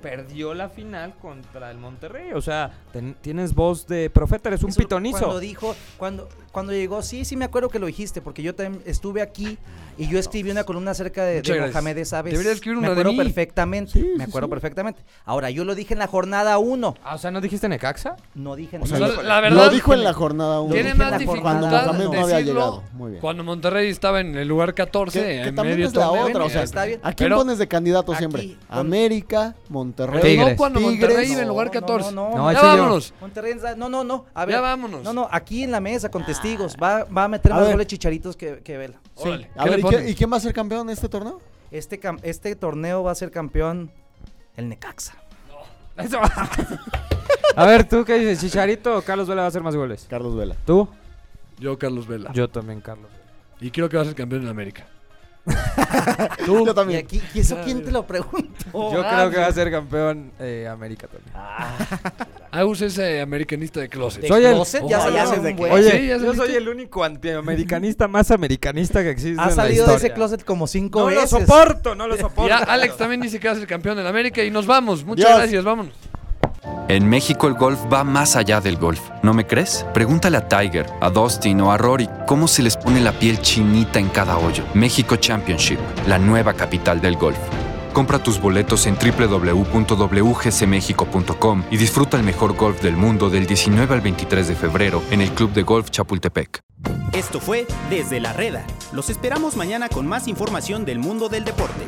S5: perdió la final contra el Monterrey. O sea, ten- tienes voz de profeta, eres un
S3: Eso Cuando
S5: pitonizo.
S3: dijo, cuando, cuando llegó, sí, sí me acuerdo que lo dijiste, porque yo también estuve aquí y yo escribí una columna acerca de,
S2: Muchas
S3: de
S2: gracias.
S3: Mohamed Sabes.
S2: Debería escribir una
S3: me
S2: de
S3: acuerdo
S2: mí.
S3: perfectamente, me acuerdo perfectamente. Ahora, yo lo dije en la jornada 1,
S5: Ah, o sea, ¿no dijiste Necaxa?
S3: no dije
S4: O sea,
S3: nada.
S2: lo- la verdad-
S4: lo dijo en la jornada 1.
S2: Tiene
S3: dije
S2: más
S3: la jornada
S4: Cuando
S2: dificultad
S4: Mohamed
S3: uno.
S4: no había
S2: decirlo
S4: llegado. Muy bien.
S2: cuando Monterrey estaba en el lugar 14.
S4: Que- que
S2: en
S4: también
S2: medio
S4: es la
S2: torneo.
S4: otra, o sea,
S3: está bien.
S4: ¿A quién
S2: Pero-
S4: pones de candidato
S3: Aquí,
S4: siempre?
S3: con-
S4: América, Monterrey.
S5: Pero
S2: Pero
S5: Tigres.
S2: no cuando Monterrey
S4: Tigres.
S2: iba en lugar
S3: No,
S2: 14.
S3: no, no,
S5: No,
S2: ya
S5: ese yo.
S2: vámonos.
S3: Monterrey, en Sa- no, no, no. A ver,
S2: Ya vámonos. Ah.
S3: No, no, aquí en la mesa con testigos. Va, va a meter
S4: A
S3: más
S4: ver.
S3: goles chicharitos que, que Vela.
S4: Sí.
S2: Órale,
S4: A
S2: ¿qué le
S4: ver, ¿y, qué-
S2: pones?
S4: y quién va a ser campeón en este torneo?
S3: Este, cam- este torneo va a ser campeón el Necaxa.
S5: Eso. a ver, ¿tú qué dices? ¿Chicharito o Carlos Vela va a hacer más goles?
S4: Carlos Vela.
S5: ¿Tú?
S2: Yo, Carlos Vela.
S5: Yo también, Carlos.
S2: Y creo que va a ser campeón en América.
S4: Yo
S5: Ah,
S3: Y
S4: también.
S3: aquí, ¿y eso quién te lo preguntó?
S5: Yo creo que va a ser campeón eh, América también.
S2: Agus es eh, americanista de closet.
S3: De
S5: Soy el-
S3: closet, ya
S4: Oh,
S3: se lo
S4: ya
S3: hace
S4: desde
S3: un
S4: que-
S3: buen.
S5: Oye,
S2: Sí, ya
S5: yo
S2: saliste.
S5: soy el único antiamericanista más americanista que existe.
S3: Ha
S5: en la
S3: salido de ese
S5: historia.
S3: closet como cinco
S5: No lo
S3: veces.
S5: soporto, no lo soporto.
S2: Y a- Alex también dice que va a ser campeón en América y nos vamos. Muchas
S4: Dios.
S2: gracias, vámonos.
S7: En México el golf va más allá del golf. ¿No me crees? Pregúntale a Tiger, a Dustin o a Rory cómo se les pone la piel chinita en cada hoyo. México Championship, la nueva capital del golf. Compra tus boletos en www.wgcmexico.com y disfruta el mejor golf del mundo del 19 al 23 de febrero en el Club de Golf Chapultepec.
S1: Esto fue Desde la Reda. Los esperamos mañana con más información del mundo del deporte.